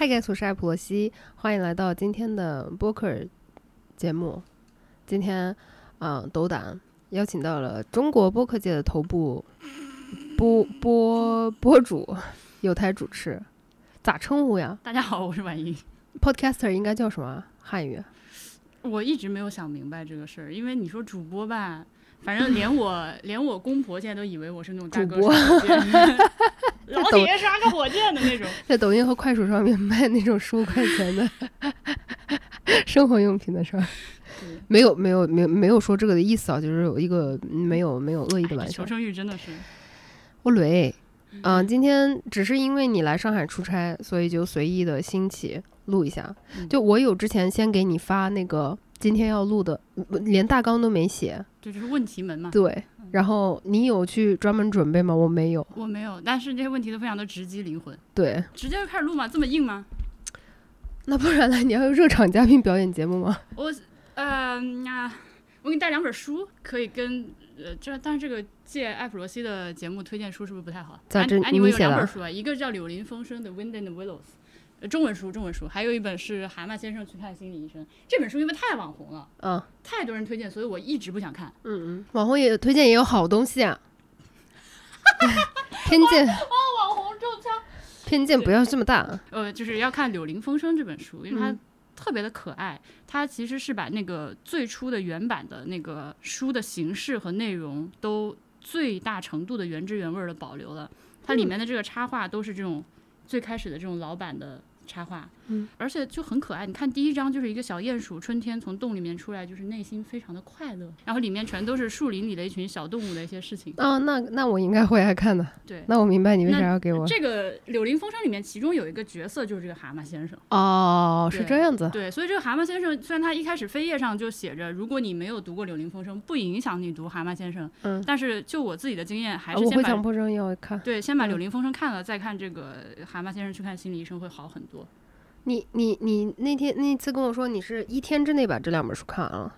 嗨，盖苏是爱普罗西，欢迎来到今天的播客节目。今天，嗯、斗胆邀请到了中国播客界的头部播播播主，有台主持，咋称呼呀大家好，我是婉莹。 ？Podcaster 应该叫什么啊？汉语？我一直没有想明白这个事儿，因为你说主播吧，反正连 我连我公婆现在都以为我是那种大哥主播耍火 箭，老懂铁爷刷个火箭的那 种。在抖音和快手上面卖那种十五块钱的生活用品的事儿，对，没有没有没有没有说这个的意思啊，就是有一个没有没有恶意的哎玩这笑求。生欲真的是，我雷，嗯、今天只是因为你来上海出差，所以就随意的兴起录一下。嗯就我有之前先给你发那个今天要录的，嗯连大纲都没写，这就是问题门嘛。对。然后你有去专门准备吗？我没有，我没有，但是这些问题都非常的直击灵魂，对。直接就开始录嘛，这么硬吗？那不然呢？你要有热场嘉宾表演节目吗？我，呃，那、我给你带两本书，可以跟呃，这但是这个借艾普罗西的节目推荐书是不是不太好？哎咋安这安妮薇你写有两的本书啊，一个叫《柳林风声》的《Wind and the Willows》，呃，中文书，中文书，还有一本是《蛤蟆先生去看心理医生》。这本书因为太网红了，啊，太多人推荐，所以我一直不想看。嗯嗯，网红也推荐也有好东西啊。 偏见网红中枪。偏见不要这么大啊。呃，就是要看《柳林风声》这本书，因为它嗯特别的可爱。它其实是把那个最初的原版的那个书的形式和内容都最大程度的原汁原味的保留了。它嗯里面的这个插画都是这种最开始的这种老版的插画，嗯，而且就很可爱。你看第一章就是一个小鼹鼠春天从洞里面出来，就是内心非常的快乐，然后里面全都是树林里的一群小动物的一些事情。啊，那那我应该会爱看的。对，那我明白你为啥那要给我这个《柳林风声》里面其中有一个角色就是这个蛤蟆先生。哦，是对这样子。对，所以这个蛤蟆先生，虽然他一开始扉页上就写着，如果你没有读过《柳林风声》，不影响你读《蛤蟆先生》。嗯但是就我自己的经验，还啊是我先会把、强迫症要看。对先把嗯《柳林风声》看了，再看这个《蛤蟆先生去看心理医生》会好很多。你你你那天那次跟我说你是一天之内把这两本书看完了，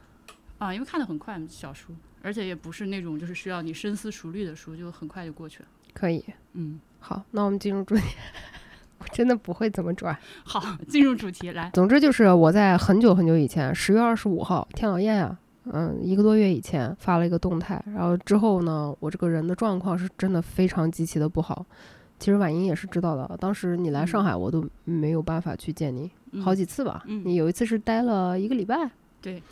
啊，因为看得很快，小书，而且也不是那种就是需要你深思熟虑的书，就很快就过去了。可以。嗯，好，那我们进入主题。 我真的不会怎么转。好，进入主题来。总之就是我在很久很久以前，十月二十五号，天老宴啊，嗯，一个多月以前发了一个动态，然后之后呢，我这个人的状况是真的非常极其的不好。其实婉莹也是知道的，当时你来上海，我都没有办法去见你，嗯、好几次吧。嗯你有一次是待了一个礼拜。对。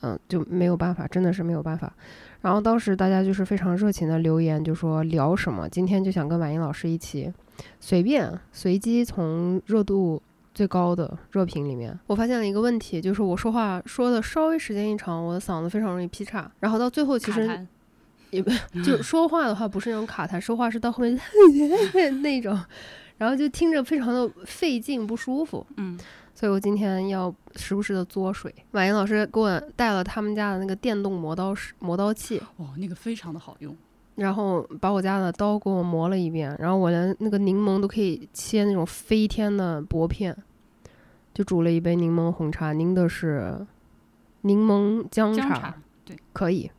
嗯，就没有办法，真的是没有办法。然后当时大家就是非常热情的留言，就说聊什么，今天就想跟婉莹老师一起随便随机从热度最高的热评里面，我发现了一个问题，就是我说话说的稍微时间一长，我的嗓子非常容易劈叉，然后到最后其卡实痰就说话的话不是那种卡痰，说话是到后面那种，然后就听着非常的费劲不舒服。 嗯，所以我今天要时不时的嘬水。婉莹老师给我带了他们家的那个电动磨刀石磨刀器，哦，那个非常的好用。然后把我家的刀给我磨了一遍，然后我连那个柠檬都可以切那种飞天的薄片，就煮了一杯柠檬红茶，您的是柠檬姜姜茶，茶，可以。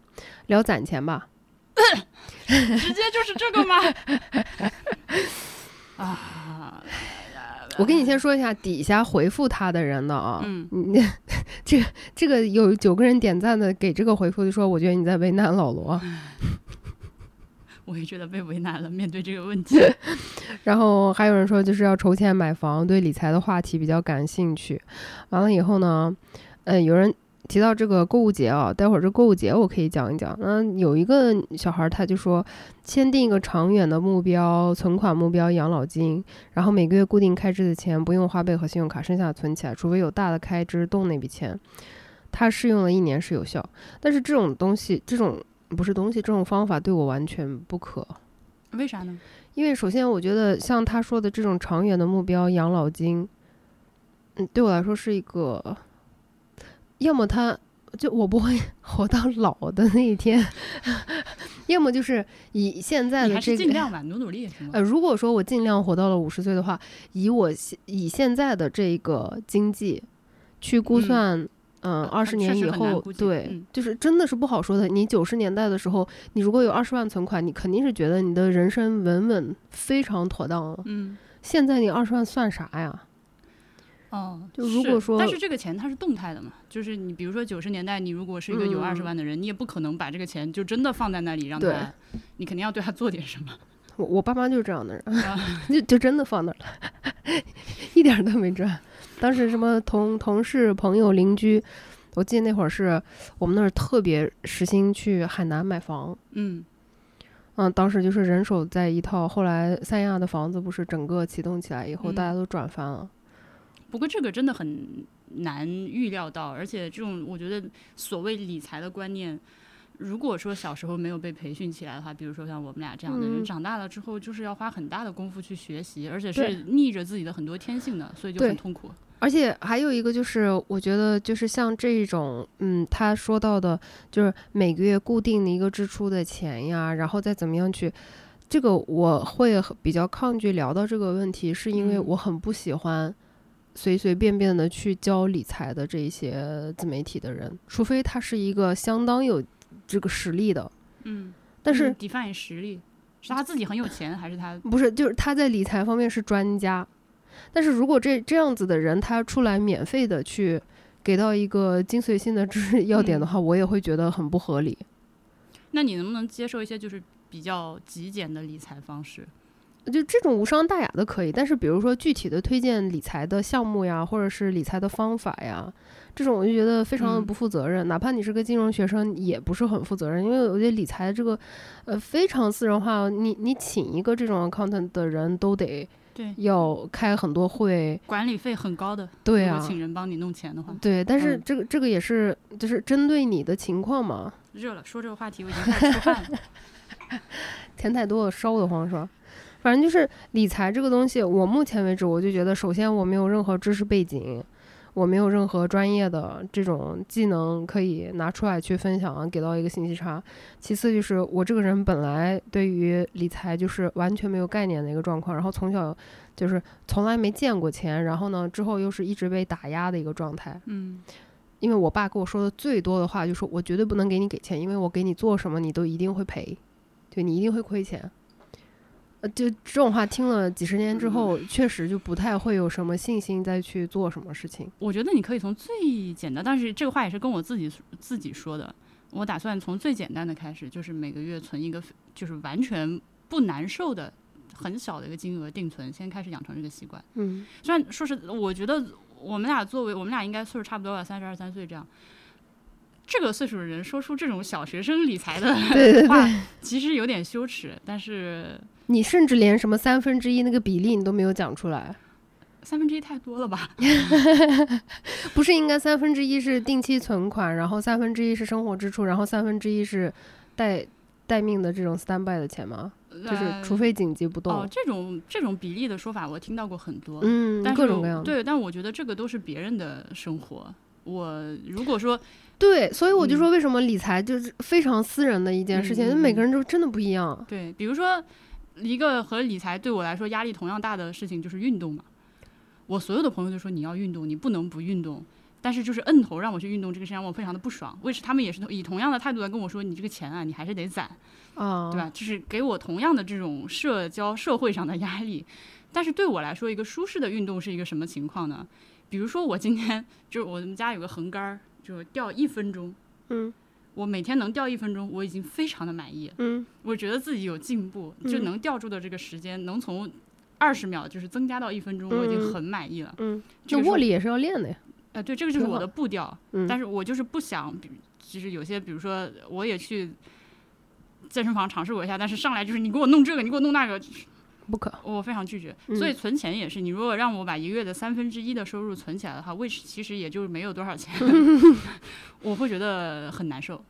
聊攒钱吧，直接就是这个吗？ 啊，我跟你先说一下底下回复他的人的啊，嗯，你 这这个有九个人点赞的，给这个回复就说，我觉得你在为难老罗。我也觉得被为难了，面对这个问 题。然后还有人说就是要筹钱买房，对理财的话题比较感兴趣。完了以后呢，嗯，有人提到这个购物节啊，待会儿这购物节我可以讲一讲。嗯，有一个小孩儿他就说，先定一个长远的目标，存款目标、养老金，然后每个月固定开支的钱不用花呗和信用卡，剩下的存起来，除非有大的开支动那笔钱。它试用了一年是有效，但是这种东西，这种不是东西，这种方法对我完全不可。为啥呢？因为首先，我觉得像他说的这种长远的目标，养老金，嗯，对我来说是一个，要么他就我不会 活到老的那一天， 要么就是以现在你的还这是尽个，量吧，努努力也行嘛。呃，如果说我尽量活到了五十岁的话，以我现以现在的这个经济去估嗯算。嗯，呃二十确年实以很难后估，计对，嗯就是真的是不好说的。你九十年代的时候，你如果有二十万存款，你肯定是觉得你的人生稳稳非常妥当了。嗯，现在你二十万算啥呀？哦，就如果说但是这个钱它是动态的嘛，就是你比如说九十年代，你如果是一个有二十万的人，你也不可能把这个钱就真的放在那里让嗯对他，你肯定要对他做点什么。我我爸妈就是这样的人，啊 就就真的放那儿了， 一点儿都没赚。当时什么同同事、朋友、邻居，我记得那会儿是我们那儿特别实行去海南买房，嗯嗯，当时就是人手在一套。后来三亚的房子不是整个启动起来以后，嗯大家都转翻了。不过这个真的很难预料到，而且这种我觉得所谓理财的观念，如果说小时候没有被培训起来的话，比如说像我们俩这样的人，嗯长大了之后就是要花很大的功夫去学习，而且对是逆着自己的很多天性的，所以就对很痛苦。而且还有一个就是，我觉得就是像这种，嗯，他说到的，就是每个月固定的一个支出的钱呀，然后再怎么样去，这个我会很比较抗拒聊到这个问题，是因为嗯我很不喜欢随随便便的去教理财的这一些自媒体的人，除非他是一个相当有这个实力的，嗯，但是嗯 define 实力是他自己很有钱，还是他不是，就是他在理财方面是专家，但是如果这这样子的人他出来免费的去给到一个精髓性的知识要点的嗯话，我也会觉得很不合理。那你能不能接受一些就是比较极简的理财方式？就这种无伤大雅的可以，但是比如说具体的推荐理财的项目呀，或者是理财的方法呀，这种我就觉得非常的嗯不负责任。哪怕你是个金融学生，也不是很负责任，因为我觉得理财这个，呃，非常私人化。你你请一个这种 accountant 的人都得对，要开很多会，管理费很高的，对如啊，果请人帮你弄钱的话。对，但是嗯这个、这个也是就是针对你的情况嘛，热了，说这个话题我已经开始出汗了。 钱太多了烧得慌是吧？反正就是理财这个东西，我目前为止我就觉得，首先我没有任何知识背景，我没有任何专业的这种技能可以拿出来去分享，给到一个信息差。其次就是我这个人本来对于理财就是完全没有概念的一个状况，然后从小就是从来没见过钱，然后呢之后又是一直被打压的一个状态。嗯，因为我爸跟我说的最多的话就是我绝对不能给你给钱，因为我给你做什么你都一定会赔，对你一定会亏钱。呃，就这种话听了几十年之后，确实就不太会有什么信心再去做什么事情。我觉得你可以从最简单，但是这个话也是跟我自己自己说的。我打算从最简单的开始，就是每个月存一个，就是完全不难受的很小的一个金额定存，先开始养成这个习惯。嗯虽然说是，我觉得我们俩作为我们俩应该岁数差不多吧，三十二三岁这样。这个岁数的人说出这种小学生理财的对对话，其实有点羞耻。但是你甚至连什么三分之一那个比例你都没有讲出来， 三分之一太多了吧？不是应该三分之一是定期存款，然后三分之一是生活支出，然后三分之一是待待命的这种 standby 的钱吗？就就是除非紧急不动，呃哦，这种这种比例的说法我听到过很多，嗯，但是各种各样的。对，但我觉得这个都是别人的生活。我如果说对，所以我就说，为什么理财就是非常私人的一件事情，嗯嗯嗯每个人都真的不一样。对，比如说一个和理财对我来说压力同样大的事情就是运动嘛。我所有的朋友就说你要运动，你不能不运动。但是就是摁头让我去运动这个事情让我非常的不爽，为是他们也是以同样的态度来跟我说，你这个钱啊，你还是得攒，啊，对吧？就是给我同样的这种社交社会上的压力。但是对我来说，一个舒适的运动是一个什么情况呢？比如说我今天就是我们家有个横杆儿，就是吊一分钟，嗯我每天能吊一分钟，我已经非常的满意了。嗯我觉得自己有进步，嗯就能吊住的这个时间能从二十秒就是增加到一分钟，我已经很满意了。嗯，这就个是握力也是要练的呀。呃，对，这个就是挺好我的步调，嗯，但是是我就是不想，比就是有些，比如说我也去健身房尝试过一下，但是上来就是你给我弄这个，你给我弄那个，不可。我非常拒绝。嗯所以存钱也是，你如果让我把一个月的三分之一的收入存起来的话，为其实也就是没有多 少钱， 我会觉得很难受。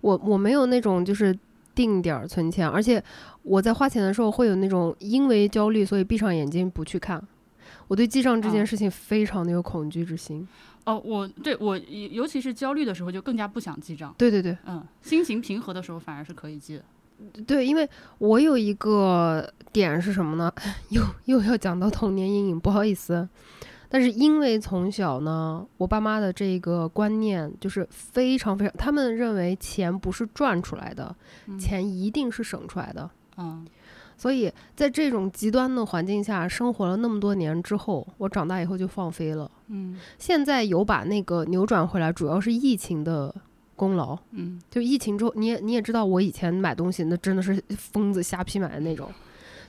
我我没有那种就是定点儿存钱，而且我在花钱的时候会有那种因为焦虑所以闭上眼睛不去看。我对记账这件啊事情非常的有恐惧之心。哦，我对我尤其是焦虑的时候，就更加不想记账。对对对嗯，心情平和的时候反而是可以记的。对，因为我有一个点是什么呢？又又要讲到童年阴影，不好意思。但是因为从小呢，我爸妈的这个观念就是非常非常，他们认为钱不是赚出来的，嗯钱一定是省出来的。嗯所以在这种极端的环境下生活了那么多年之后，我长大以后就放飞了。嗯现在有把那个扭转回来，主要是疫情的功劳。嗯，就疫情之后，你也你也知道，我以前买东西那真的是疯子瞎批买的那种，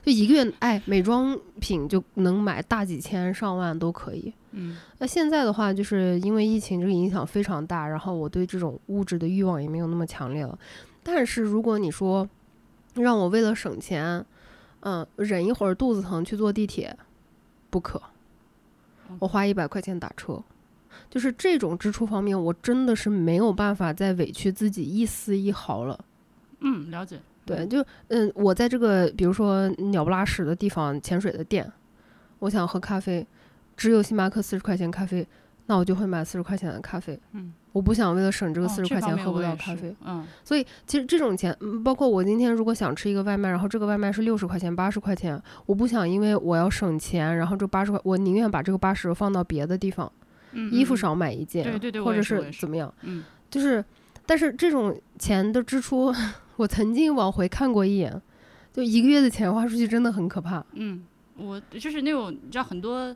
就一个月哎，美妆品就能买大几千上万都可以。嗯那现在的话，就是因为疫情这个影响非常大，然后我对这种物质的欲望也没有那么强烈了。但是如果你说让我为了省钱，嗯，忍一会儿肚子疼去坐地铁，不可。我花一百块钱打车，就是这种支出方面，我真的是没有办法再委屈自己一丝一毫了。嗯，了解。对，就嗯，我在这个比如说鸟不拉屎的地方潜水的店，我想喝咖啡，只有星巴克四十块钱咖啡，那我就会买四十块钱的咖啡。嗯，我不想为了省这个哦四十块方钱面喝不我到也咖是啡，嗯所以其实这种钱，嗯包括我今天如果想吃一个外卖，然后这个外卖是六十块钱、八十块钱，我不想因为我要省钱，然后这八十块，我宁愿把这个八十放到别的地方，嗯，衣服嗯，少买一件，对对对我或者也是我也是怎么样，嗯就是，但是这种钱的支出， 我曾经往回看过一眼，就一个月的钱花出去真的很可怕。嗯，我就是那种你知道很多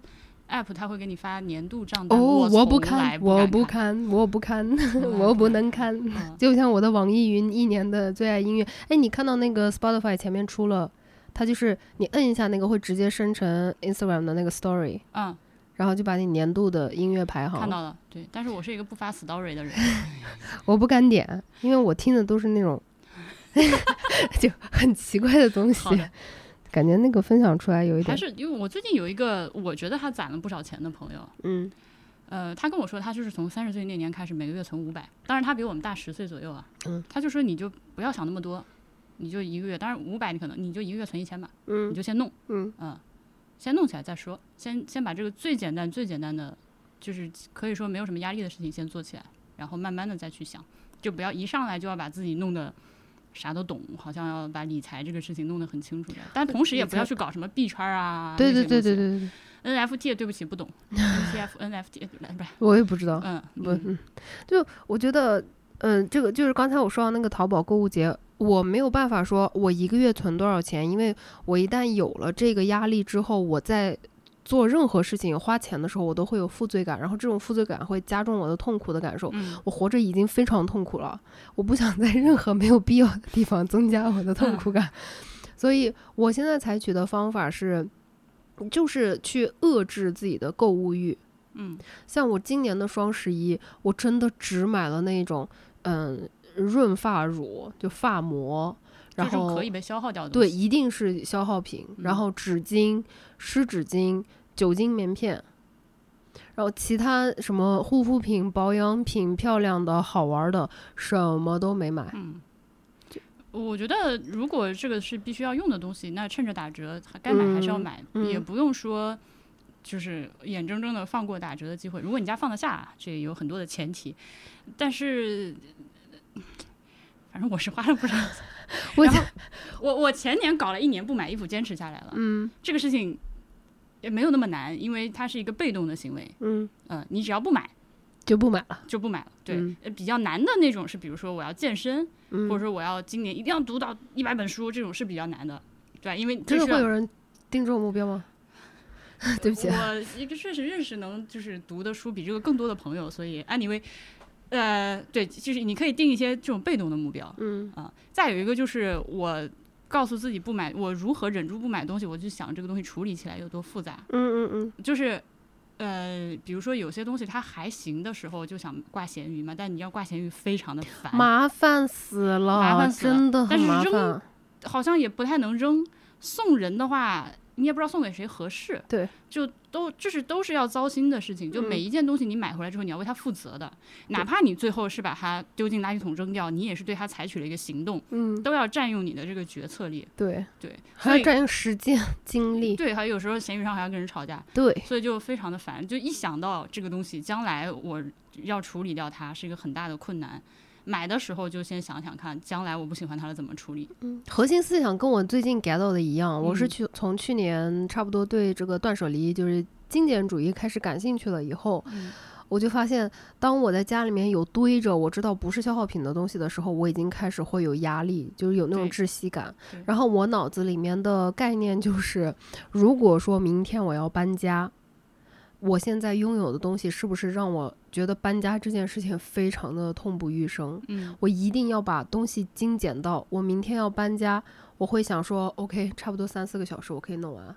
app 它会给你发年度账单，哦，我不从来看，不我敢看，看，我不看， 从来我不不敢能看。嗯就像我的网易云一年的最爱音乐，哎，你看到那个 Spotify 前面出了，它就是你摁一下那个会直接生成 Instagram 的那个 Story，嗯，然后就把你年度的音乐排看行。到了，对，但是我是一个不发 story 的人，我不敢点，因为我听的都是那种就很奇怪的东西好，的感觉那个分享出来有一还点，是因为我最近有一个我觉得他攒了不少钱的朋友，嗯，呃，他跟我说他就是从三十岁那年开始每个月存五百，当然他比我们大十岁左右啊，嗯，他就说你就不要想那么多，你就一个月，当然五百你可能你就一个月存一千吧，嗯你就先弄，嗯先弄起来再说，先先把这个最简单最简单的，就是可以说没有什么压力的事情先做起来，然后慢慢的再去想，就不要一上来就要把自己弄得啥都懂，好像要把理财这个事情弄得很清楚的，但同时也不要去搞什么币圈啊，对对对对对对对， ，NFT 对不起不懂 ，ETF NFT 哎不是，我也不知道，嗯，不，嗯嗯，就我觉得，嗯，这个就是刚才我说到那个淘宝购物节，我没有办法说我一个月存多少钱，因为我一旦有了这个压力之后，我在做任何事情花钱的时候，我都会有负罪感，然后这种负罪感会加重我的痛苦的感受。嗯，我活着已经非常痛苦了，我不想在任何没有必要的地方增加我的痛苦感，嗯 所以我现在采取的方法是，就是去遏制自己的购物欲。嗯，像我今年的双十一，我真的只买了那种嗯润发乳，就发膜，就然是后可以被消耗掉的东对，西，一定是消耗品，然嗯后纸巾、湿纸巾、酒精棉片。然后其他什么护肤品、保养品、漂亮的、好玩的，什么都没买。嗯。我觉得，如果这个是必须要用的东西，那趁着打折，还该买还是要嗯买，嗯也不用说就是眼睁睁的放过打折的机会。如果你家放得下，这有很多的前提。但是，反正我是花了不少钱。我然后我我前年搞了一年不买衣服，坚持下来了。嗯这个事情也没有那么难，因为它是一个被动的行为。嗯，嗯、你只要不买就不买了。就不买了。对，嗯呃比较难的那种是，比如说我要健身，嗯，或者说我要今年一定要读到一百本书，这种是比较难的，对吧？因为真这的是啊会有人定这种目标吗？ 对不起，我一个确实认识能就是读的书比这个更多的朋友，所以 anyway，呃，对，就是你可以定一些这种被动的目标啊、嗯再有一个就是我告诉自己不买，我如何忍住不买东西，我就想这个东西处理起来有多复杂，嗯嗯嗯，就是。呃，比如说有些东西它还行的时候，就想挂闲鱼嘛，但你要挂闲鱼非常的烦，麻烦死了，麻烦死了真的很但是麻扔烦。好像也不太能扔。送人的话，你也不知道送给谁合适。对，就都这是都是要糟心的事情。就嗯每一件东西你买回来之后，你要为它负责的，哪怕你最后是把它丢进垃圾桶扔掉，你也是对它采取了一个行动，嗯，都要占用你的这个决策力。对，对，还所要以占用时间 精力。对，还有时候闲鱼上还要跟人吵架，对，所以就非常的烦。就一想到这个东西将来我要处理掉它是一个很大的困难，买的时候就先想想看，将来我不喜欢它了怎么处理。核心思想跟我最近 get 到的一样，我是嗯去从去年差不多对这个断舍离，就是精简主义开始感兴趣了以后，嗯我就发现，当我在家里面有堆着我知道不是消耗品的东西的时候，我已经开始会有压力，就是有那种对窒息感对。然后我脑子里面的概念就是，如果说明天我要搬家，我现在拥有的东西是不是让我觉得搬家这件事情非常的痛不欲生？嗯，我一定要把东西精简到我明天要搬家，我会想说，OK，差不多三四个小时我可以弄完，啊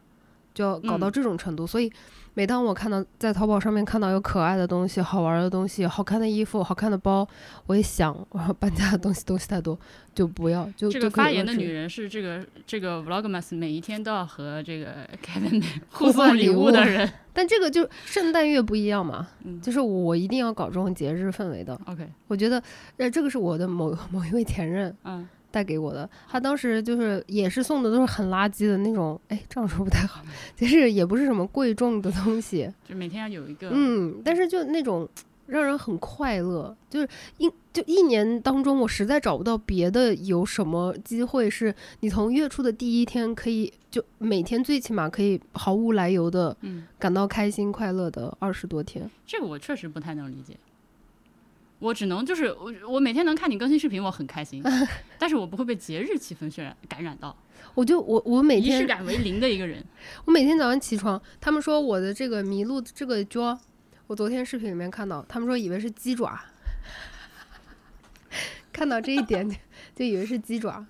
就要搞到嗯这种程度。所以，每当我看到在淘宝上面看到有可爱的东西、好玩的东西、好看的衣服、好看的包，我也想，我搬家的东西东西太多， 就不要就这个就可以发言遏的制女人是这个这个 Vlogmas 每一天都要和 这个 Kevin 互互换送礼礼物物 的人。但这个就圣诞月不一样嘛，嗯就是我一定要搞这种节日氛围的。 OK，我觉得，呃，这个是我的某 某一位前任嗯，带给我的，他当时就是也是送的都是很垃圾的那种，哎，这样说不太好，就是也不是什么贵重的东西，就每天要有一个，嗯，但是就那种让人很快乐，就是一就一年当中，我实在找不到别的有什么机会是你从月初的第一天可以就每天最起码可以毫无来由的嗯感到开心快乐的二十多天。这个我确实不太能理解。我只能就是我，我每天能看你更新视频，我很开 心，但是我不会被节日气氛渲染感染到，我就我我每仪式天感为零的一个人。我每天早上起床，他们说我的这个麋鹿这个脚，我昨天视频里面看到，他们说以为是鸡爪， 看到这一点就就以为是鸡爪。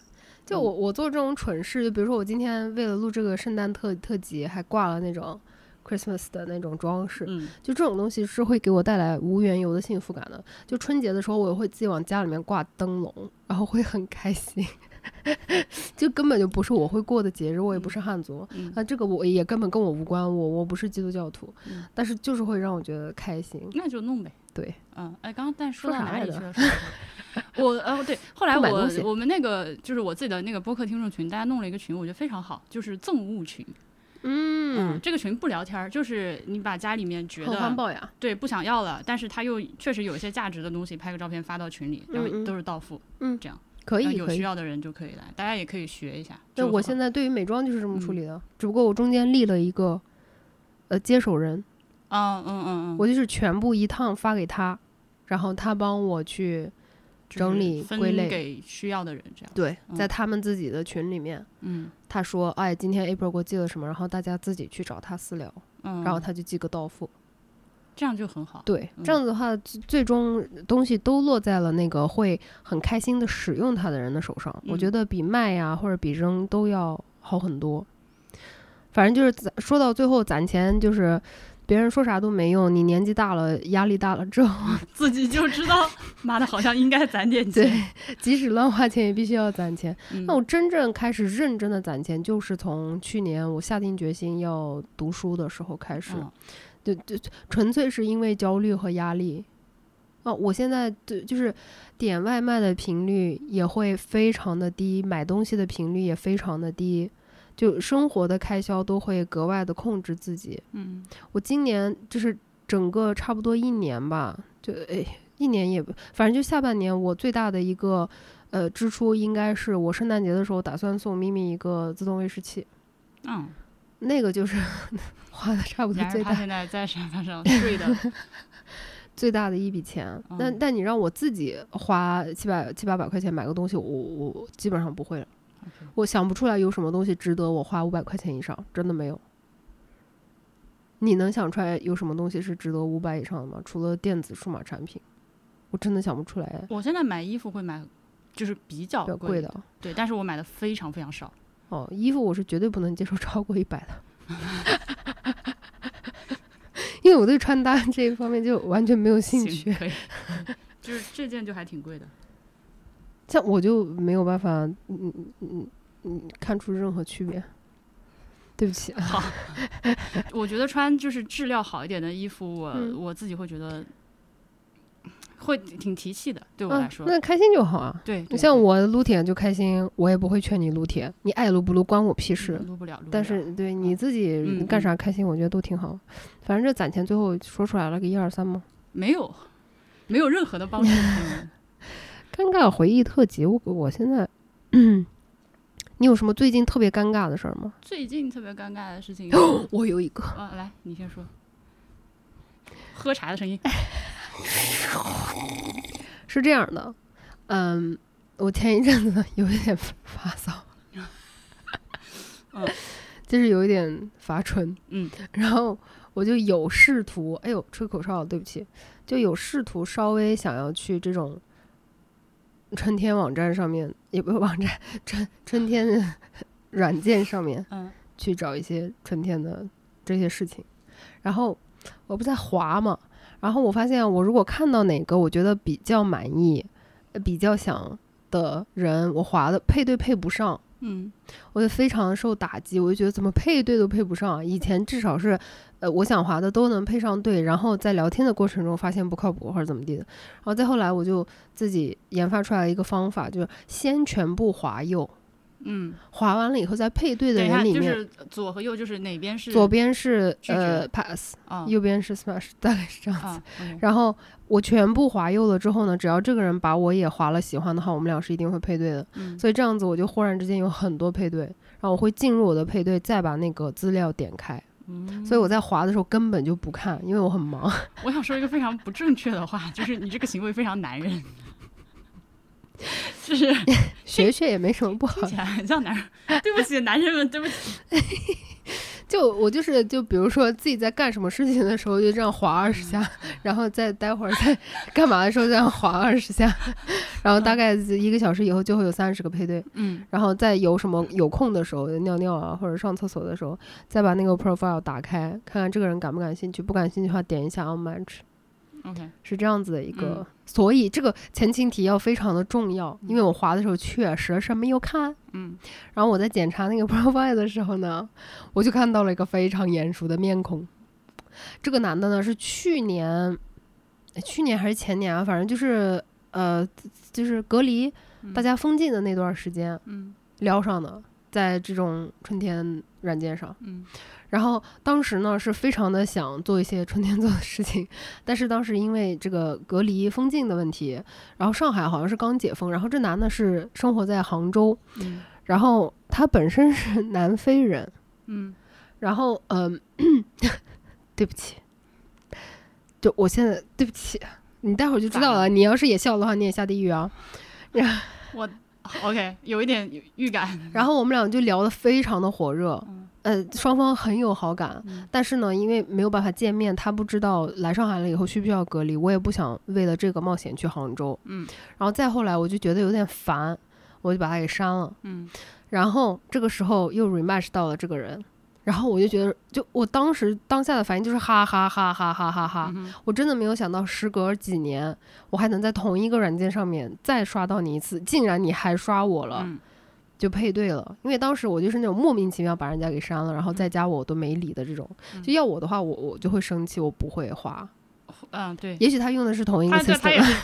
就我我做这种蠢事，就比如说我今天为了录这个圣诞特特辑，还挂了那种 Christmas 的那种装饰，嗯，就这种东西是会给我带来无缘由的幸福感的。就春节的时候，我也会自己往家里面挂灯笼，然后会很开心。 就根本就不是我会过的节日，我也不是汉族，嗯那这个我也根本跟我无关，我我不是基督教徒，嗯但是就是会让我觉得开心。那就弄呗。 对，嗯，哎，刚刚但说说到啥哪来里着去了？说到哪里我呃， 对，后来不买东我西我们那个就是我自己的那个播客听众群，大家弄了一个群，我觉得非常好，就是赠物群。嗯，这个群不聊天儿，就是你把家里面觉好环得保呀。对不想要了，但是它又确实有一些价值的东西，拍个照片发到群里，然后嗯嗯都是到付，可然后以有可需以。要的人就可以来，大家也可以学一下。那我在现在对于美妆就是这么处嗯理的，只不过我中间立了一个呃接手人，嗯嗯嗯嗯，我就是全部一趟发给他，然后他帮我去就是整理分归类给需要的人，这样。对，嗯在他们自己的群里面。嗯他说：“哎，今天 April 给我寄了什么？”然后大家自己去找他私聊，嗯，然后他就寄个到付。这样就很好。对，嗯这样子的话，最最终东西都落在了那个会很开心的使用它的人的手上。我嗯觉得比卖呀、或者比扔都要好很多。反正就是攒说到最后攒钱，就是别人说啥都没用，你年纪大了，压力大了之后， 自己就知道，妈的，好像应该攒点钱。即使乱花钱也必须要攒钱。嗯 那我真正开始认真的攒钱，就是从去年我下定决心要读书的时候开始。嗯就就纯粹是因为焦虑和压力。哦，我现在对就是点外卖的频率也会非常的低，买东西的频率也非常的低，就生活的开销都会格外的控制自己。嗯，我今年就是整个差不多一年吧，就哎一年也不，反正就下半年我最大的一个呃支出应该是我圣诞节的时候打算送咪咪一个自动喂食器，嗯，那个就是 花的差不多然而最他大现在在沙发 上睡的，最大的一笔钱，啊但嗯但你让我自己花七百七八百块钱买个东西，我我我基本上不会了 OK 我想不出来有什么东西值得我花五百块钱以上，真的没有。你能想出来有什么东西是值得五百以上的吗？除了电子数码产品，我真的想不出来，我现在买衣服会买，就是比较比较贵贵的。啊对，但是我买的非常非常少，哦，衣服我是绝对不能接受超过一百的， 因为我对穿搭这一方面就完全没有兴趣行。可以，嗯就是这件就还挺贵的。像我就没有办法，嗯嗯嗯嗯，看出任何区别。对不起，啊好，我觉得穿就是质量好一点的衣服，我、嗯我自己会觉得会挺提气的，对我嗯来，说。那开心就好啊。对，你对像对我撸铁就开心，我也不会劝你撸铁，你爱撸不撸关我屁事。嗯撸不了，撸不但了是对你自己嗯干嗯啥开心，我觉得都挺好。反正这攒钱最后说出来了个一二三嘛，没有没有任何的 帮助。嗯尴尬回忆特辑。我我现在， 你有什么最近特别尴尬的事儿吗？哦最近特别尴尬的事情，我有一个，嗯，来，你先说。喝茶的声音。哎是这样的，嗯，我前一阵子 有一点发骚，嗯， 就是有一点发春，嗯，然后我就有试图，哎呦，吹口哨了，对不起，就有试图稍微想要去这种春天网站上面，也不是网站，春春天软件上面嗯，去找一些春天的这些事情，然后我不在滑嘛，然后我发现我如果看到哪个我觉得比较满意、呃比较想的人，我滑的配对配不上，嗯我就非常受打击，我就觉得怎么配对都配不上。以前至少是，呃，我想滑的都能配上对，然后在聊天的过程中发现不靠谱或者怎么地的，然后再后来我就自己研发出来一个方法，就是先全部滑右，嗯，滑完了以后在配对的等一下，人里就面，是左和右，就是哪边是左边是拒绝呃 pass，、啊右边是 smash，大概是这样子。啊，OK，然后我全部滑右了之后呢，只要这个人把我也滑了喜欢的话，我们俩是一定会配对的。嗯所以这样子我就忽然之间有很多配对，然后我会进入我的配对，再把那个资料点开。嗯，所以我在滑的时候根本就不看，因为我很 忙。我想说一个非常不正确的话，就是你这个行为非常男人，就是学学也没什么不好听。起来很像男人。对不起，男人们，对不起。就我就是就比如说自己在干什么事情的时候就这样滑二十下，嗯然后再待会儿再干嘛的时候这样滑二十下， 然后大概一个小时以后就会有三十个配对。嗯然后在有什么有空的时候，尿尿啊或者上厕所的时候，再把那个 profile 打开，看看这个人感不感兴趣。不感兴趣的话，点一下 unmatch， ，OK，是这样子的一个。嗯所以这个前情提要非常的重要，嗯因为我滑的时候确实是没有看。嗯然后我在检查那个 profile 的时候呢，我就看到了一个非常眼熟的面孔。这个男的呢是去年，哎去年还是前年啊，反正就是呃，就是隔离嗯大家封禁的那段时间，嗯撩上的，在这种春天软件上。嗯然后当时呢是非常的想做一些春天做的事情，但是当时因为这个隔离封禁的问题，然后上海好像是刚解封，然后这男的是生活在杭州，嗯然后他本身是南非人，嗯然后嗯， 对不起，就我现在对不起，你待会儿就知道咋了了。你要是也笑的话，你也下地狱啊。 ，OK，有一点预感。然后我们俩就聊得非常的火热，嗯呃，双方很有好感，嗯但是呢，因为没有办法见面，他不知道来上海了以后需不需要隔离，我也不想为了这个冒险去杭州。嗯然后再后来，我就觉得有点烦，我就把他给删了。嗯然后这个时候又 rematch 到了这个人，然后我就觉得，就我当时当下的反应就是哈哈哈哈哈哈哈。嗯我真的没有想到，时隔几年，我还能在同一个软件上面再刷到你一次，竟然你还刷我了。嗯就配对了，因为当时我就是那种莫名其妙把人家给删了，然后再加我我都没理的这种。嗯就要我的话，我我就会生气，我不会花。嗯，对，也许他用的是同一个他对他也 system，是，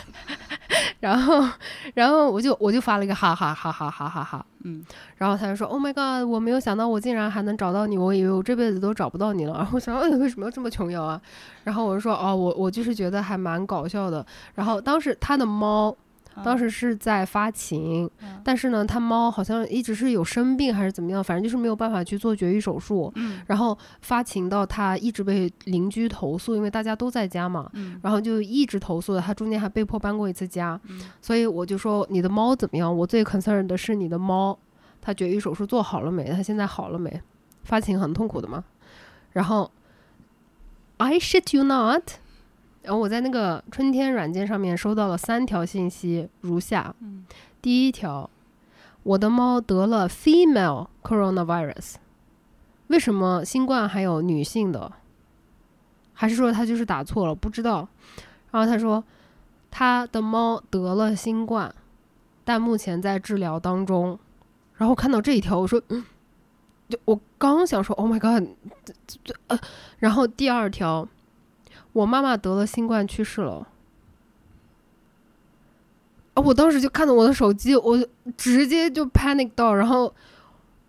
然后然后我就我就发了一个哈哈哈哈哈哈哈，嗯然后他就说 Oh my god，我没有想到我竟然还能找到你，我以为我这辈子都找不到你了。然 后我想，哎，为什么要这么穷游啊？然后我就说，哦，我我就是觉得还蛮搞笑的。然后当时他的猫嗯当时是在发情，嗯但是呢，他猫好像一直是有生病还是怎么样，反正就是没有办法去做绝育手术。嗯然后发情到他一直被邻居投诉，因为大家都在家嘛，嗯然后就一直投诉他，中间还被迫搬过一次家。嗯所以我就说你的猫怎么样？我最 concerned 的是你的猫，它绝育手术做好了没？它现在好了没？发情很痛苦的嘛。然后，I shit you not，然后我在那个春天软件上面收到了三条信息，如下。嗯第一条，我的猫得了 female coronavirus，为什么新冠还有女性的？还是说它就是打错了？不知道。然后他说，他的猫得了新冠，但目前在治疗当中。然后看到这一条，我说，嗯，就我刚想说，Oh my god，这这这呃，然后第二条，我妈妈得了新冠去世了。啊！我当时就看到我的手机，我就直接就 panic 到，然后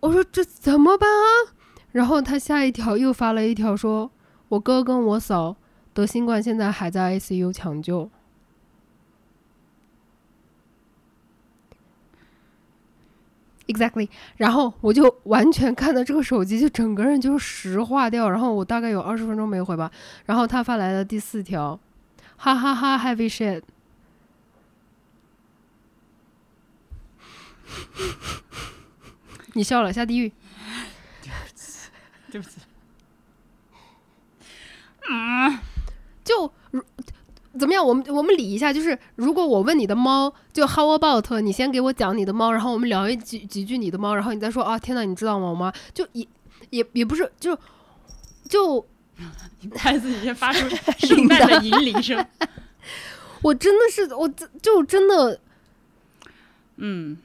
我说这怎么办啊？然后他下一条又发了一条说，我哥跟我嫂得新冠，现在还在 ICU 抢救。 Exactly，然后我就完全看到这个手机，就整个人就石化掉。然后我大概有二十分钟没回吧。然后他发来的第四条，哈哈哈 heavy shit。你笑了，下地 狱。对不起， 嗯就如怎么样？我们我们理一下，就是如果我问你的猫，就 how about？你先给我讲你的猫，然后我们聊一几几句你的猫，然后你再说啊，天呐，你知道吗？我妈就也也也不是，就就孩子已经发出圣诞的银铃声。我真的是我真就真的嗯，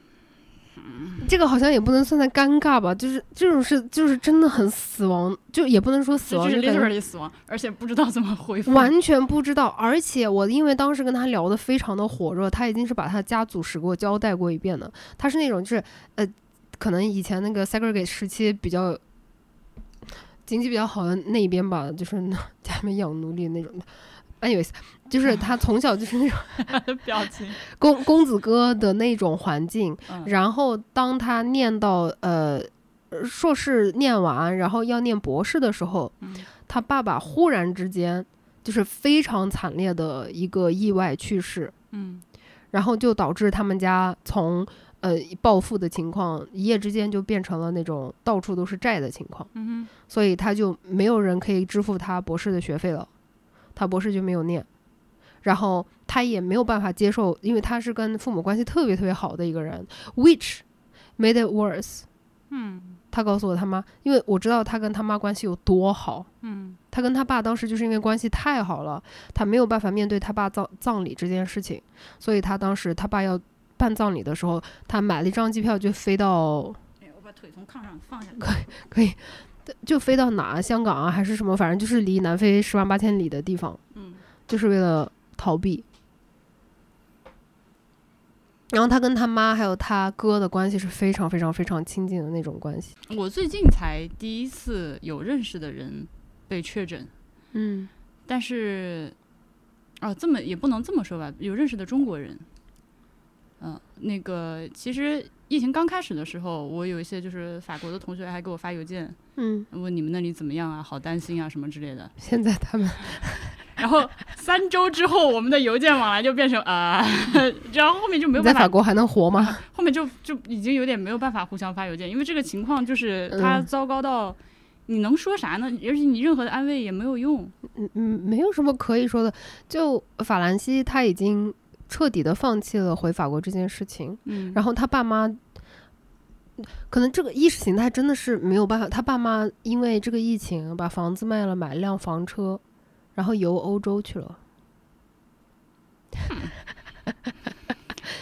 这个好像也不能算在尴尬吧，就是这种事就是真的很死亡，就也不能说死这亡，就是就感觉 literally 死亡，而且不知道怎么回复。完全不知道，而且我因为当时跟他聊得非常的火热，他已经是把他家族史给我交代过一遍了。他是那种就是呃，可能以前那个 segregate 时期比较经济比较好的那一边吧，就是那 家里面养奴隶那种的。anyways，就是他从小就是那种的表情，公公子哥的那种环境，嗯，然后当他念到呃硕士念完，然后要念博士的时候，嗯他爸爸忽然之间就是非常惨烈的一个意外去世，嗯然后就导致他们家从呃暴富的情况一夜之间就变成了那种到处都是债的情况，嗯哼，所以他就没有人可以支付他博士的学费了，他博士就没有念。然后他也没有办法接受，因为他是跟父母关系特别特别好的一个人，which made it worse。嗯他告诉我他妈，因为我知道他跟他妈关系有多好，嗯他跟他爸当时就是因为关系太好了，他没有办法面对他爸葬葬礼这件事情，所以他当时他爸要办葬礼的时候，他买了一张机票就飞到哎，我把腿从炕上放下来。可以，就飞到哪香港啊还是什么，反正就是离南非十万八千里的地方，嗯，就是为了逃避。然后他跟他妈还有他哥的关系是非常非常非常亲近的那种关系。我最近才第一次有认识的人被确诊，嗯，但是，啊，这么也不能这么说吧，有认识的中国人，嗯、那个其实疫情刚开始的时候，我有一些就是法国的同学还给我发邮件嗯，问你们那里怎么样啊，好担心啊什么之类的。现在他们然后三周之后，我们的邮件往来就变成啊， 然后后 面就没你有在办法法，国还能活吗？ 后面就就已经有点没有办法互相发邮件，因为这个情况就是嗯它糟糕到。你能说啥呢？而且你任何的安慰也没有用。嗯嗯，没有什么可以说的。就法兰西他已经彻底的放弃了回法国这件事情，嗯，然后他爸妈。可能这个意识形态真的是没有办法，他爸妈因为这个疫情把房子卖了，买了辆房车，然后游欧洲去了。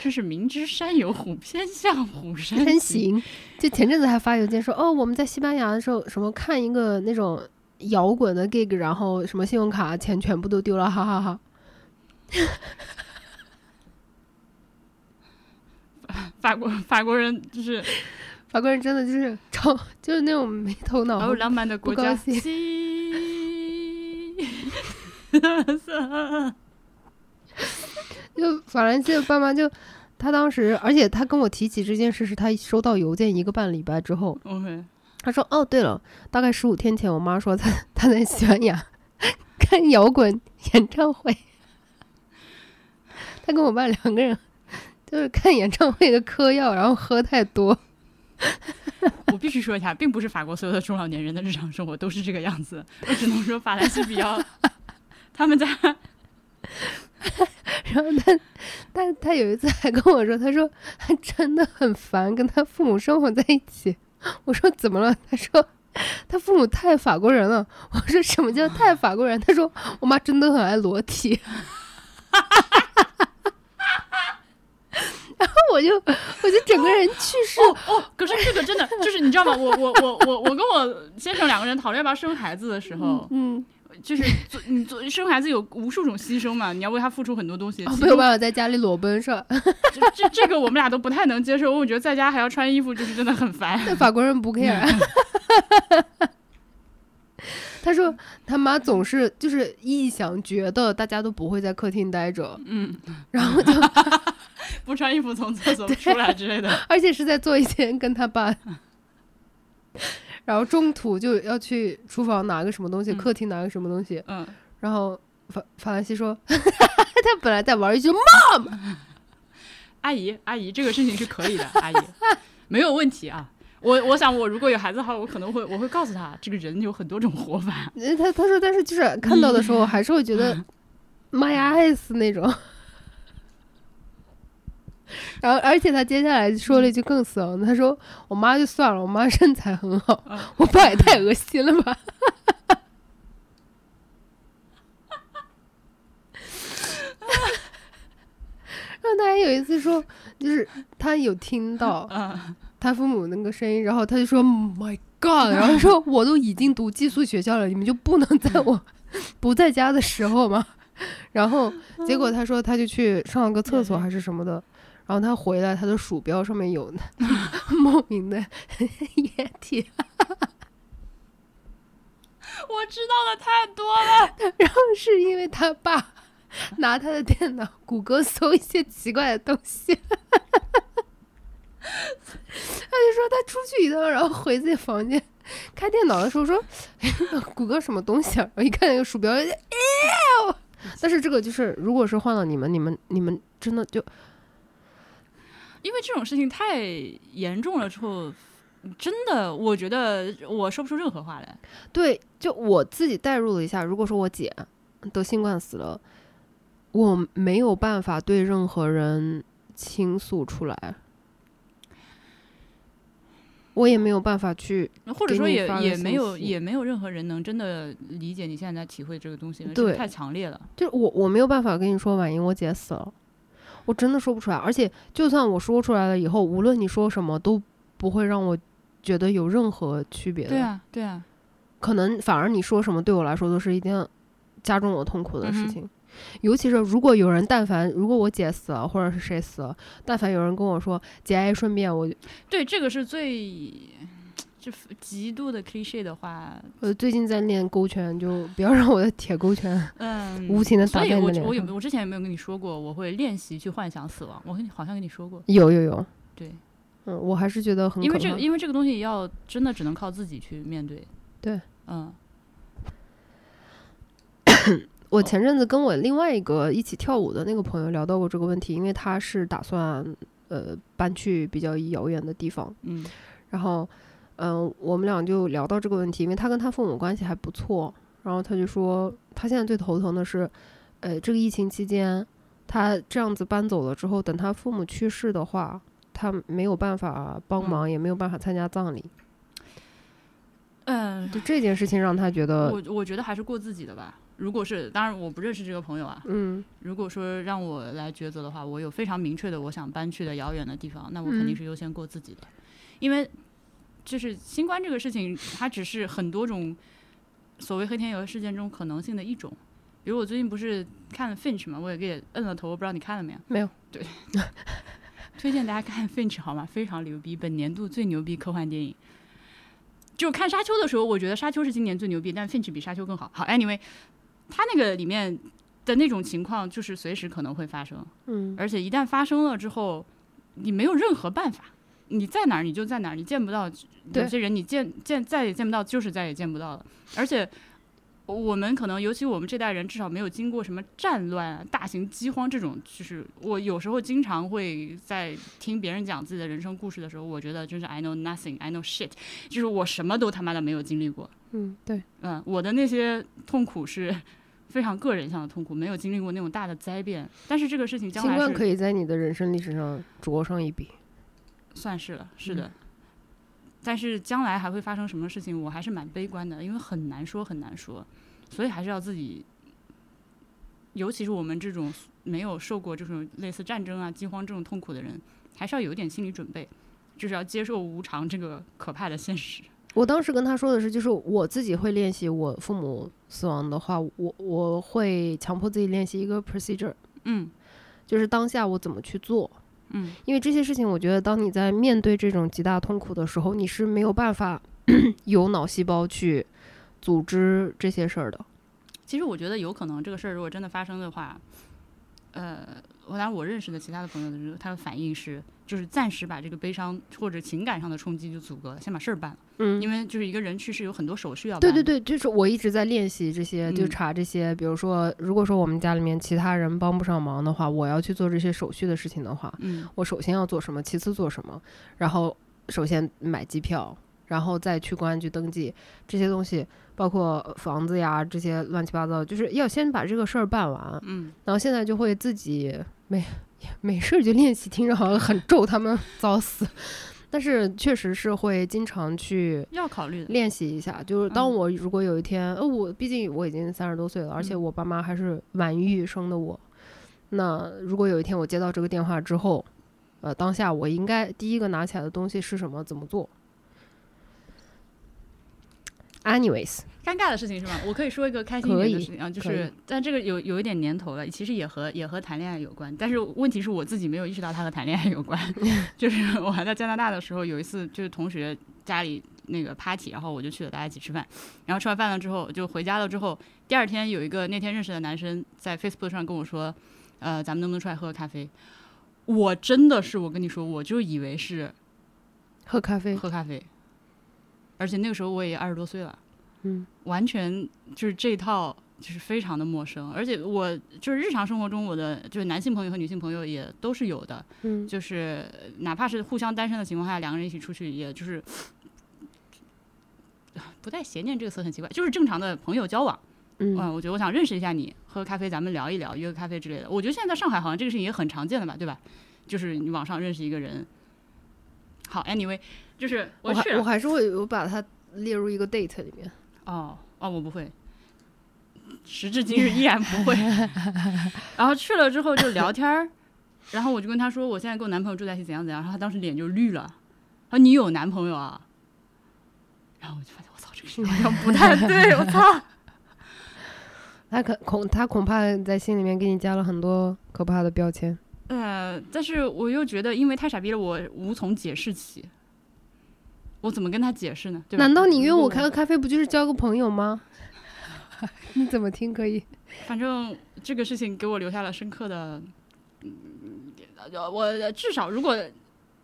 这是明知山有虎，偏向虎山真行。行！ 就前阵子还发邮件说，哦，我们在西班牙的时候，什么看一个那种摇滚的 gig，然后什么信用卡钱全部都丢了，哈哈哈法国法国人就是法国人真的就是 超，就是那种没头脑。好哦浪漫的国家。哦不高兴西 就法兰西的爸妈就，他当时，而且他跟我提起这件事，是他收到邮件一个半礼拜之后， OK，他说：“哦，对了，大概十五天前，我妈说她她在西班牙看摇滚演唱会，他跟我爸两个人就是看演唱会的嗑药，然后喝太多。我必须说一下，并不是法国所有的中老年人的日常生活都是这个样子。我只能说法兰西比较， 他们家然后他他他有一次还跟我说，他说他真的很烦跟他父母生活在一起。我说怎么了？他说。”他父母太法国人了，我说什么叫太法国人？他说我妈真的很爱裸体， 然后我就我就整个人去世，哦，可是这个 真的就是你知道吗？我我我我我跟我先生两个人讨论要不要生孩子的时候，嗯，就是做 你做生孩子有无数种牺牲嘛，你要为他付出很多东西。哦其没有中办法在家里裸奔是吧？这这这个我们俩都不太能接受，我觉得在家还要穿衣服，就是真的很烦。那 法国人不 care。他说他妈总是就是臆想，觉得大家都不会在客厅待着，嗯，然后就不穿衣服从厕所出来之类的。而且是在做一件跟他爸， 然后中途就要去厨房拿个什么东西，嗯客厅拿个什么东西，嗯，然后法法兰西说， 他本来在玩一句阿姨，阿姨，这个事情是可以的， 阿姨，没有问题啊。我我想，我如果有孩子的话，我可能会我会告诉他，这个人有很多种活法。呃他他说，但是就是看到的时候，还是会觉得妈呀，爱死那种。然后，而且他接下来说了一句更死亡的，他说：“我妈就算了，我妈身材很好嗯，我爸也太恶心了吧。然后他还有一次说，就是他有听到嗯，他父母那个声音，然后他就说，Oh “My God”，然后说我都已经读寄宿学校了，你们就不能在我不在家的时候吗？然后结果他说他就去上了个厕所嗯还是什么的，然后他回来，他的鼠标上面有 莫名的液体，我知道的太多了。然后是因为他爸拿他的电脑谷歌搜一些奇怪的东西。 他就说他出去一趟，然后回自己房间开电脑的时候说：“哎谷歌什么东西啊？”我一看那个鼠标，哎呦！但是这个就是，如果是换了你们，你们你们真的就因为这种事情太严重了之后，真的，我觉得我说不出任何话来。对，就我自己代入了一下，如果说我姐得新冠死了，我没有办法对任何人倾诉出来，我也没有办法去，或者说给你也发个也没有信息也没有任何人能真的理解你现在在体会这个东西，因为对这个太强烈了。就是我我没有办法跟你说婉莹我姐死了，我真的说不出来，而且就算我说出来了以后，无论你说什么都不会让我觉得有任何区别的，对啊，对啊，可能反而你说什么对我来说都是一件加重我痛苦嗯的事情。尤其是如果有人，但凡如果我姐死了，或者是谁死了，但凡有人跟我说“节哀顺变”，我对，这个是最这极度的 cliche 的话，我最近在练勾拳，就不要让我的铁勾拳 嗯，无情的打所以在你我的我有脸没上。有我之前有没有跟你说过，我会练习去幻想死亡？我跟你好像跟你说过，有有有，对，嗯，我还是觉得很因可为这个怕。因为这个东西要真的只能靠自己去面对。对，嗯哦我前阵子跟我另外一个一起跳舞的那个朋友聊到过这个问题，因为他是打算呃搬去比较遥远的地方，嗯然后，嗯、我们俩就聊到这个问题，因为他跟他父母关系还不错，然后他就说，他现在最头疼的是，呃，这个疫情期间，他这样子搬走了之后，等他父母去世的话，他没有办法帮忙，也没有办法参加葬礼，嗯，就这件事情让他觉得，我我觉得还是过自己的吧。如果是，当然我不认识这个朋友啊。嗯，如果说让我来抉择的话，我有非常明确的我想搬去的遥远的地方，那我肯定嗯是优先过自己的，因为就是新冠这个事情，它只是很多种所谓黑天鹅事件中可能性的一种。比如我最近不是看了 Finch 嘛，我也给摁了头，我不知道你看了没有？没有。对， 推荐大家看 Finch 好吗？非常牛逼，本年度最牛逼科幻电影。就看《沙丘》的时候，我觉得《沙丘》是今年最牛逼，但 Finch 比《沙丘》更好。好，anyway，它那个里面的那种情况就是随时可能会发生，嗯，而且一旦发生了之后，你没有任何办法，你在哪儿你就在哪儿，你见不到对有些人，你见见再也见不到，就是再也见不到了。而且我们可能，尤其我们这代人，至少没有经过什么战乱、啊、大型饥荒这种。就是我有时候经常会在听别人讲自己的人生故事的时候，我觉得真是 I know nothing, I know shit，就是我什么都他妈的没有经历过。嗯，对，嗯，我的那些痛苦是 非常个人向的痛苦，没有经历过那种大的灾变。但是这个事情将新来冠是可以在你的人生历史上着上一笔，算是了，是的。但是将来还会发生什么事情，我还是蛮悲观的，因为很难说，很难说，所以还是要自己，尤其是我们这种没有受过这种类似战争啊、饥荒这种痛苦的人，还是要有一点心理准备，就是要接受无常这个可怕的现实。我当时跟他说的是，就是我自己会练习，我父母死亡的话，我我会强迫自己练习一个 procedure，嗯就是当下我怎么去做。嗯，因为这些事情，我觉得当你在面对这种极大痛苦的时候，你是没有办法 有脑细胞去组织这些事儿的。其实我觉得有可能这个事儿如果真的发生的话，呃，我当然我认识的其他的朋友的时候，他的反应是，就是暂时把这个悲伤或者情感上的冲击就阻隔了，先把事儿办了，嗯，因为就是一个人去世有很多手续要对办。对，对，就是我一直在练习这些，就嗯查这些。比如说，如果说我们家里面其他人帮不上忙的话，我要去做这些手续的事情的话，嗯我首先要做什么，其次做什么，然后首先买机票，然后再去公安局登记这些东西，包括房子呀这些乱七八糟，就是要先把这个事儿办完。嗯，然后现在就会自己没没事儿就练习，听着好像很咒他们早死，但是确实是会经常去。要考虑的。练习一下，就是当嗯我如果有一天，呃，我毕竟我已经三十多岁了，而且嗯我爸妈还是晚育生的我，那如果有一天我接到这个电话之后，呃，当下我应该第一个拿起来的东西是什么，怎么做？Anyways，尴尬的事情 是吗？我可以说一个开心一点的事情啊，就是，但这个有有一点年头了，其实也和也和谈恋爱有关，但是问题是我自己没有意识到它和谈恋爱有关。 就是我还在加拿大的时候，有一次就是同学家里那个 party，然后我就去了，大家一起吃饭，然后吃完饭了之后就回家了之后，第二天有一个那天认识的男生在 Facebook 上跟我说，呃，咱们能不能出来喝个咖啡？我真的是，我跟你说，我就以为是喝咖啡，喝咖啡，而且那个时候我也二十多岁了，嗯，完全就是这一套就是非常的陌生，而且我就是日常生活中我的就是男性朋友和女性朋友也都是有的，嗯，就是哪怕是互相单身的情况下，两个人一起出去，也就是不带邪念这个词很奇怪，就是正常的朋友交往。呃嗯我觉得我想认识一下你，喝咖啡咱们聊一聊，约个咖啡之类的。我觉得现在在上海好像这个事情也很常见的吧，对吧？就是你网上认识一个人。好，anyway，就是我去还了我还是啊会我把它列入一个 date 里面。哦哦，我不会，时至今日依然 不会。然后去了之后就聊天儿，然后我就跟他说，我现在跟我男朋友住在一起，怎样怎样。然后他当时脸就绿了，他说你有男朋友啊？然后我就发现，我操，这个事情好像不太对，我 操。他可恐他恐怕在心里面给你加了很多可怕的标签。呃，但是我又觉得，因为太傻逼了，我无从解释起。我怎么跟他解释呢？对吧？嗯难道你约如果我开个咖啡不就是交个朋友吗？ 你怎么听可以？反正这个事情给我留下了深刻的，嗯，我至少如果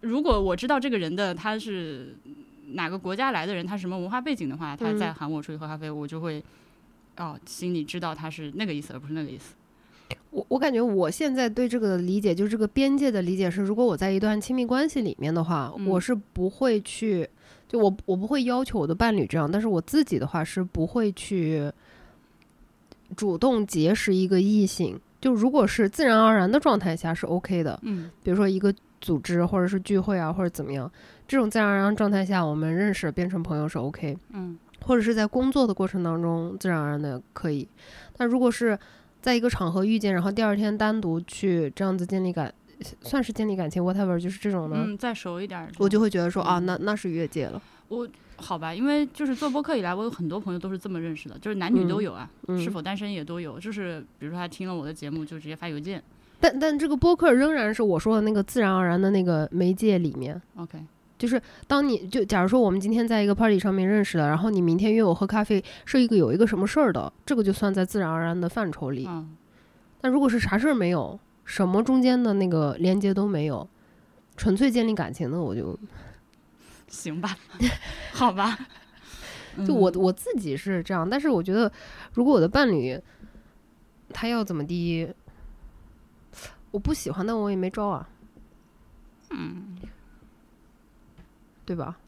如果我知道这个人的他是哪个国家来的人，他是什么文化背景的话，他嗯再喊我出去喝咖啡，我就会哦，心里知道他是那个意思，而不是那个意思。我我感觉我现在对这个理解，就是这个边界的理解是，如果我在一段亲密关系里面的话，嗯我是不会去，就我我不会要求我的伴侣这样，但是我自己的话是不会去主动结识一个异性。就如果是自然而然的状态下是 OK 的，嗯比如说一个组织或者是聚会啊或者怎么样，这种自然而然状态下我们认识变成朋友是 OK。嗯或者是在工作的过程当中，自然而然的可以。但如果是在一个场合遇见，然后第二天单独去这样子建立感，呃算是建立感情，whatever，就是这种呢，嗯，再熟一点儿，我就会觉得说啊，嗯那那是越界了。好吧，因为就是做播客以来，我有很多朋友都是这么认识的，就是男女嗯都有啊，嗯，是否单身也都有。就是比如说他听了我的节目，就直接发邮件但但这个播客仍然是我说的那个自然而然的那个媒介里面。 ，OK，就是当你就假如说我们今天在一个 party 上面认识的，然后你明天约我喝咖啡，是一个有一个什么事儿的，这个就算在自然而然的范畴里。嗯，但如果是啥事儿没有，什么中间的那个连接都没有，纯粹建立感情的，我就行吧， 好吧， 就我嗯我自己是这样。但是我觉得，如果我的伴侣他要怎么地，我不喜欢，但我也没招啊，嗯，对吧？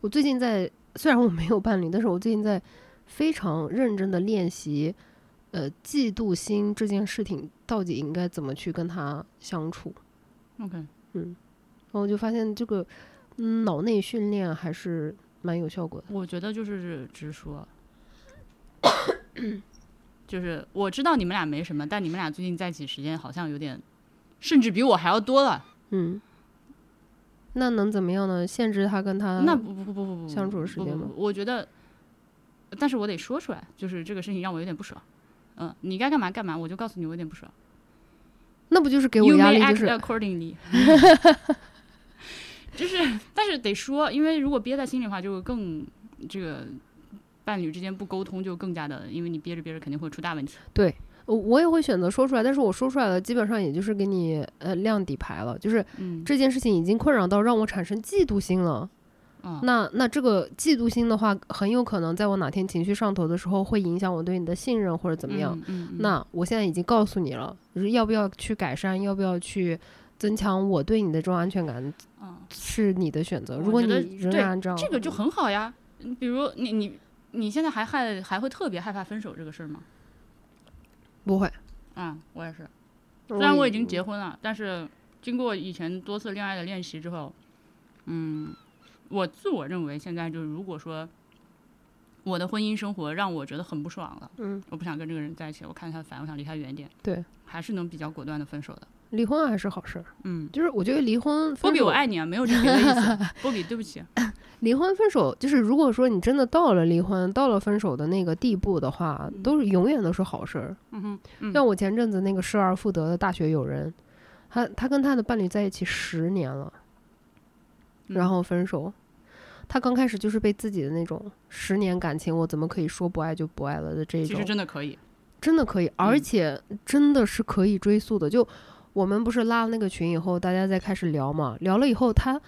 我最近在，虽然我没有伴侣，但是我最近在非常认真的练习，呃，嫉妒心这件事情到底应该怎么去跟他相处。 OK，然后我就发现这个，嗯，脑内训练还是蛮有效果的。我觉得就是直 说，就是我知道你们俩没什么，但你们俩最近在一起时间好像有点，甚至比我还要多了。嗯，那能怎么样呢？限制他跟他那不不不不不不嗯相处的时间不吗不不我觉得，但是我得说出来，就是这个事情让我有点不爽。嗯，你该干嘛干嘛，我就告诉你我有点不爽。那不就是给 You 我 may 压力？就是 act accordingly，就是，但是得说，因为如果憋在心里的话，就会更这个伴侣之间不沟通，就更加的，因为你憋着憋着肯定会出大问题。我我也会选择说出来，但是我说出来了，基本上也就是给你呃亮底牌了，就是嗯，这件事情已经困扰到让我产生嫉妒心了。啊那那这个嫉妒心的话，很有可能在我哪天情绪上头的时候，会影响我对你的信任或者怎么样。？嗯嗯嗯那我现在已经告诉你了，就是要不要去改善，要不要去增强我对你的这种安全感，嗯是你的选择。我如果觉你得仍对然这样，哦这个就很好呀。嗯比如你你你现在还害还会特别害怕分手这个事儿吗？不会。啊，我也是。虽然我已经结。结婚了，但是经过以前多次恋爱的练习之后，嗯，我自我认为现在就是，如果说我的婚姻生活让我觉得很不爽了，嗯，我不想跟这个人在一起，我看他烦，我想离他远点，对，还是能比较果断的分手的，离婚还是好事儿，嗯。就是我觉得离婚波分比，我手，爱你啊，没有这别的意 思。波比，对不起，离婚分手就是如果说你真的到了离婚，到了分手的那个地步的话，都是永远都是好事儿。嗯哼，嗯像我前阵子那个失而复得的大学友人，他他跟他的伴侣在一起十年了，嗯然后分手。他刚开始就是被自己的那种十年感情，我怎么可以说不爱就不爱了的这其种实，真的可以，真的可以，而且真的是可以追溯的。就我们不是拉了那个群以后，大家再开始聊嘛，聊了以后，他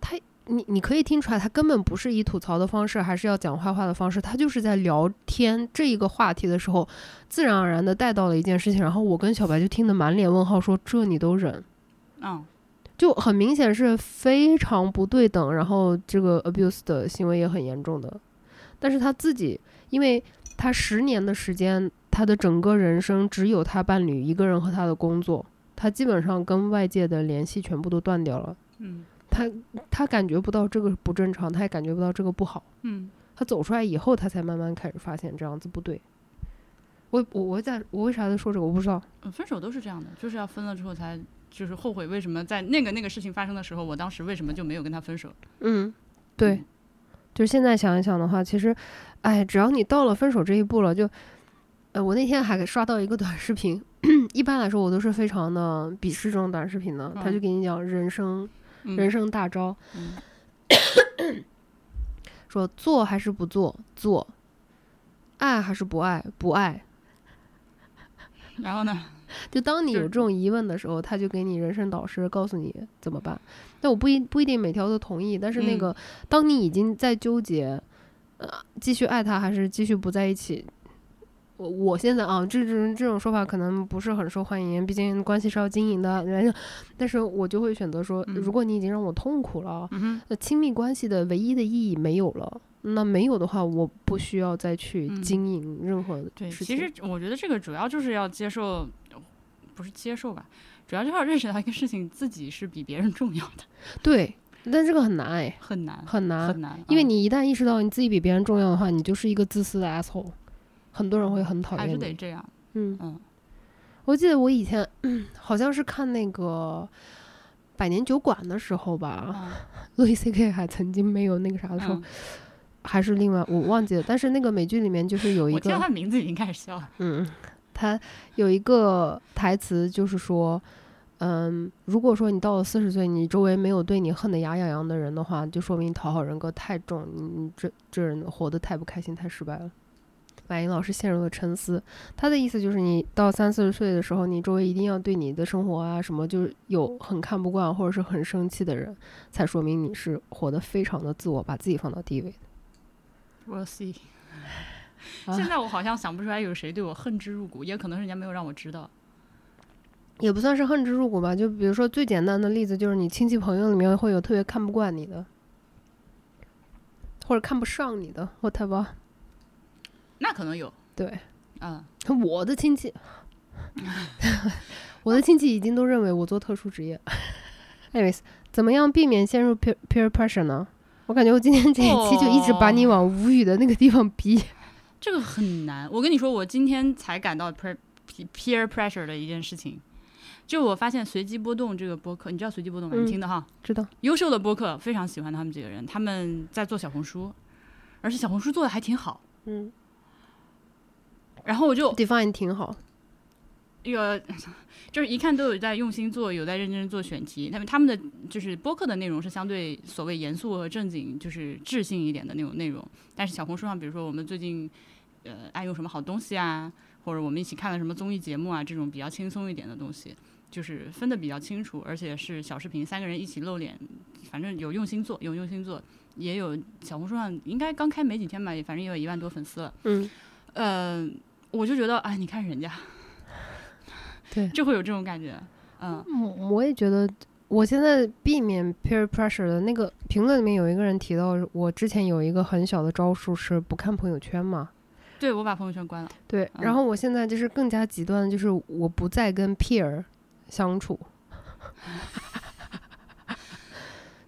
他你你可以听出来，他根本不是以吐槽的方式，还是要讲坏话的方式，他就是在聊天这一个话题的时候，自然而然的带到了一件事情，然后我跟小白就听得满脸问号说，这你都忍。嗯，就很明显是非常不对等，然后这个 abuse 的行为也很严重的。但是他自己，因为他十年的时间，他的整个人生只有他伴侣一个人和他的工作，他基本上跟外界的联系全部都断掉了。嗯他他感觉不到这个不正常，他也感觉不到这个不好。嗯，他走出来以后，他才慢慢开始发现这样子不对。我我我在我为啥在说这个？我不知道。嗯分手都是这样的，就是要分了之后才就是后悔，为什么在那个那个事情发生的时候，我当时为什么就没有跟他分手？嗯，对，就是现在想一想的话，其实，哎，只要你到了分手这一步了，就，呃，我那天还给刷到一个短视频， 一般来说我都是非常的鄙视这种短视频的，他嗯就给你讲人生、嗯人生大招，嗯说做还是不做，做，爱还是不爱，不爱。然后呢？就当你就有是这种疑问的时候，他就给你人生导师，告诉你怎么办。但我不一不一定每条都同意，但是那嗯个、当你已经在纠结，呃，继续爱他还是继续不在一起，我我现在啊，这种这种说法可能不是很受欢迎，毕竟关系是要经营的。人，但是我就会选择说，嗯如果你已经让我痛苦了，嗯哼，那亲密关系的唯一的意义没有了。那没有的话，我不需要再去嗯经营任何对，事情。其实我觉得这个主要就是要接受，不是接受吧，主要就是要认识到一个事情，自己是比别人重要的，对，但这个很难哎，很难，很难，很难，因为嗯你一旦意识到你自己比别人重要的话，你就是一个自私的 asshole，很多人会很讨还是厌得你。这样，嗯，嗯我记得我以前 好像是看那个《百年酒馆》的时候吧，嗯路易 C K 还曾经没有那个啥的时候，嗯，还是另外我忘记了，但是那个美剧里面就是有一我听到个，他名字已经开始笑了，嗯，他有一个台词就是说。嗯，如果说你到了四十岁，你周围没有对你恨得牙痒痒的人的话，就说明你讨好人格太重，你你这这人活得太不开心，太失败了。马云老师陷入了沉思，他的意思就是你到三四十岁的时候，你周围一定要对你的生活啊什么就是有很看不惯或者是很生气的人，才说明你是活得非常的自我，把自己放到第一位的。我 see。啊现在我好像想不出来有谁对我恨之入骨，也可能人家没有让我知道。也不算是恨之入骨吧，就比如说最简单的例子，就是你亲戚朋友里面会有特别看不惯你的，或者看不上你的，whatever。那可能有，对， 嗯，我的亲戚，我的亲戚已经都认为我做特殊职业。anyways，怎么样避免陷入 peer peer pressure 呢？我感觉我今天这一期就一直把你往无语的那个地方逼。这个很难。我跟你说，我今天才感到 pre- pe- peer pressure 的一件事情，就我发现随机波动这个播客，你知道随机波动吗？嗯你听的哈，知道，优秀的播客非常喜欢他们几个人，他们在做小红书，而且小红书做的还挺好。嗯然后我就，define 挺好。那个，就是一看都有在用心做，有在认真做选题。他们他们的就是播客的内容是相对所谓严肃和正经，就是智性一点的那种内容。但是小红书上，比如说我们最近呃爱用什么好东西啊，或者我们一起看了什么综艺节目啊，这种比较轻松一点的东西，就是分得比较清楚，而且是小视频，三个人一起露脸，反正有用心做，有用心做，也有小红书上应该刚开没几天吧，也反正也有一万多粉丝了。嗯，呃，我就觉得，哎，你看人家， 对就会有这种感觉，嗯，我我也觉得，我现在避免 peer pressure 的那个评论里面有一个人提到，我之前有一个很小的招数是不看朋友圈嘛。对我把朋友圈关了，对，然嗯后我现在就是更加极端，的就是我不再跟 peer 相 处。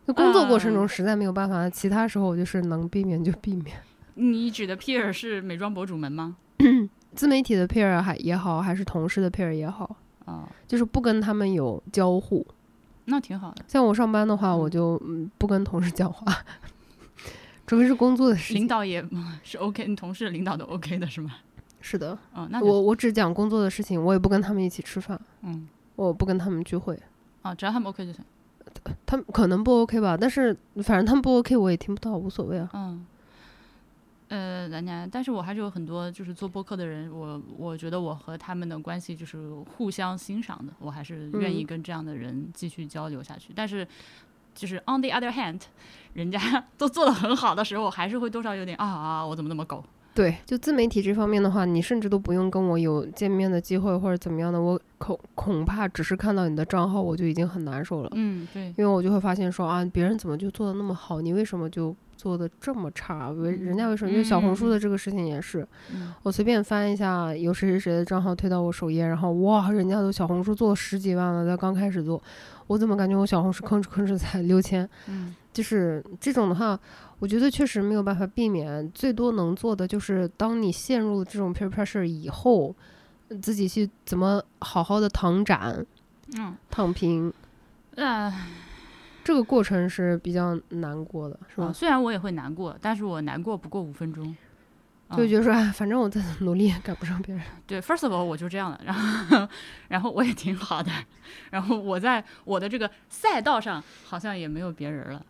就工作过程中嗯实在没有办法，其他时候我就是能避免就避免。你指的 peer 是美妆博主们吗？自媒体的 peer 还也好，还是同事的 peer 也好，哦，就是不跟他们有交互。那挺好的，像我上班的话，嗯我就嗯不跟同事讲话， 除非是工作的事领情。导也 是 OK，你同事领导都 OK 的是吗？是的，哦，那就我我只讲工作的事情，我也不跟他们一起吃饭，嗯，我不跟他们聚会。哦，只要他们 OK 就行，他们可能不 OK 吧，但是反正他们不 OK 我也听不到，无所谓啊。嗯。呃，人家，但是我还是有很多就是做播客的人，我我觉得我和他们的关系就是互相欣赏的，我还是愿意嗯跟这样的人继续交流下去。但是，就是 on the other hand，人家 都做的很好的时候，我还是会多少有点啊啊，我怎么那么狗？对，就自媒体这方面的话，你甚至都不用跟我有见面的机会或者怎么样的，我恐恐怕只是看到你的账号我就已经很难受了，嗯，对，因为我就会发现说啊，别人怎么就做的那么好，你为什么就做的这么差？为嗯人家为什么？因为小红书嗯的这个事情也是，嗯我随便翻一下有谁谁谁的账号推到我首页，然后哇，人家都小红书做十几万了，他刚开始做，我怎么感觉我小红书吭哧吭哧才六千？嗯就是这种的话，我觉得确实没有办法避免，最多能做的就是当你陷入这种 peer pressure 以后，自己去怎么好好的躺展、嗯，躺平，呃，这个过程是比较难过的，是啊吧？虽然我也会难过，但是我难过不过五分钟。啊就觉得说，哎，反正我再怎么努力也赶不上别人。对，first of all，我就这样了，然后然后我也挺好的，然后我在我的这个赛道上好像也没有别人了，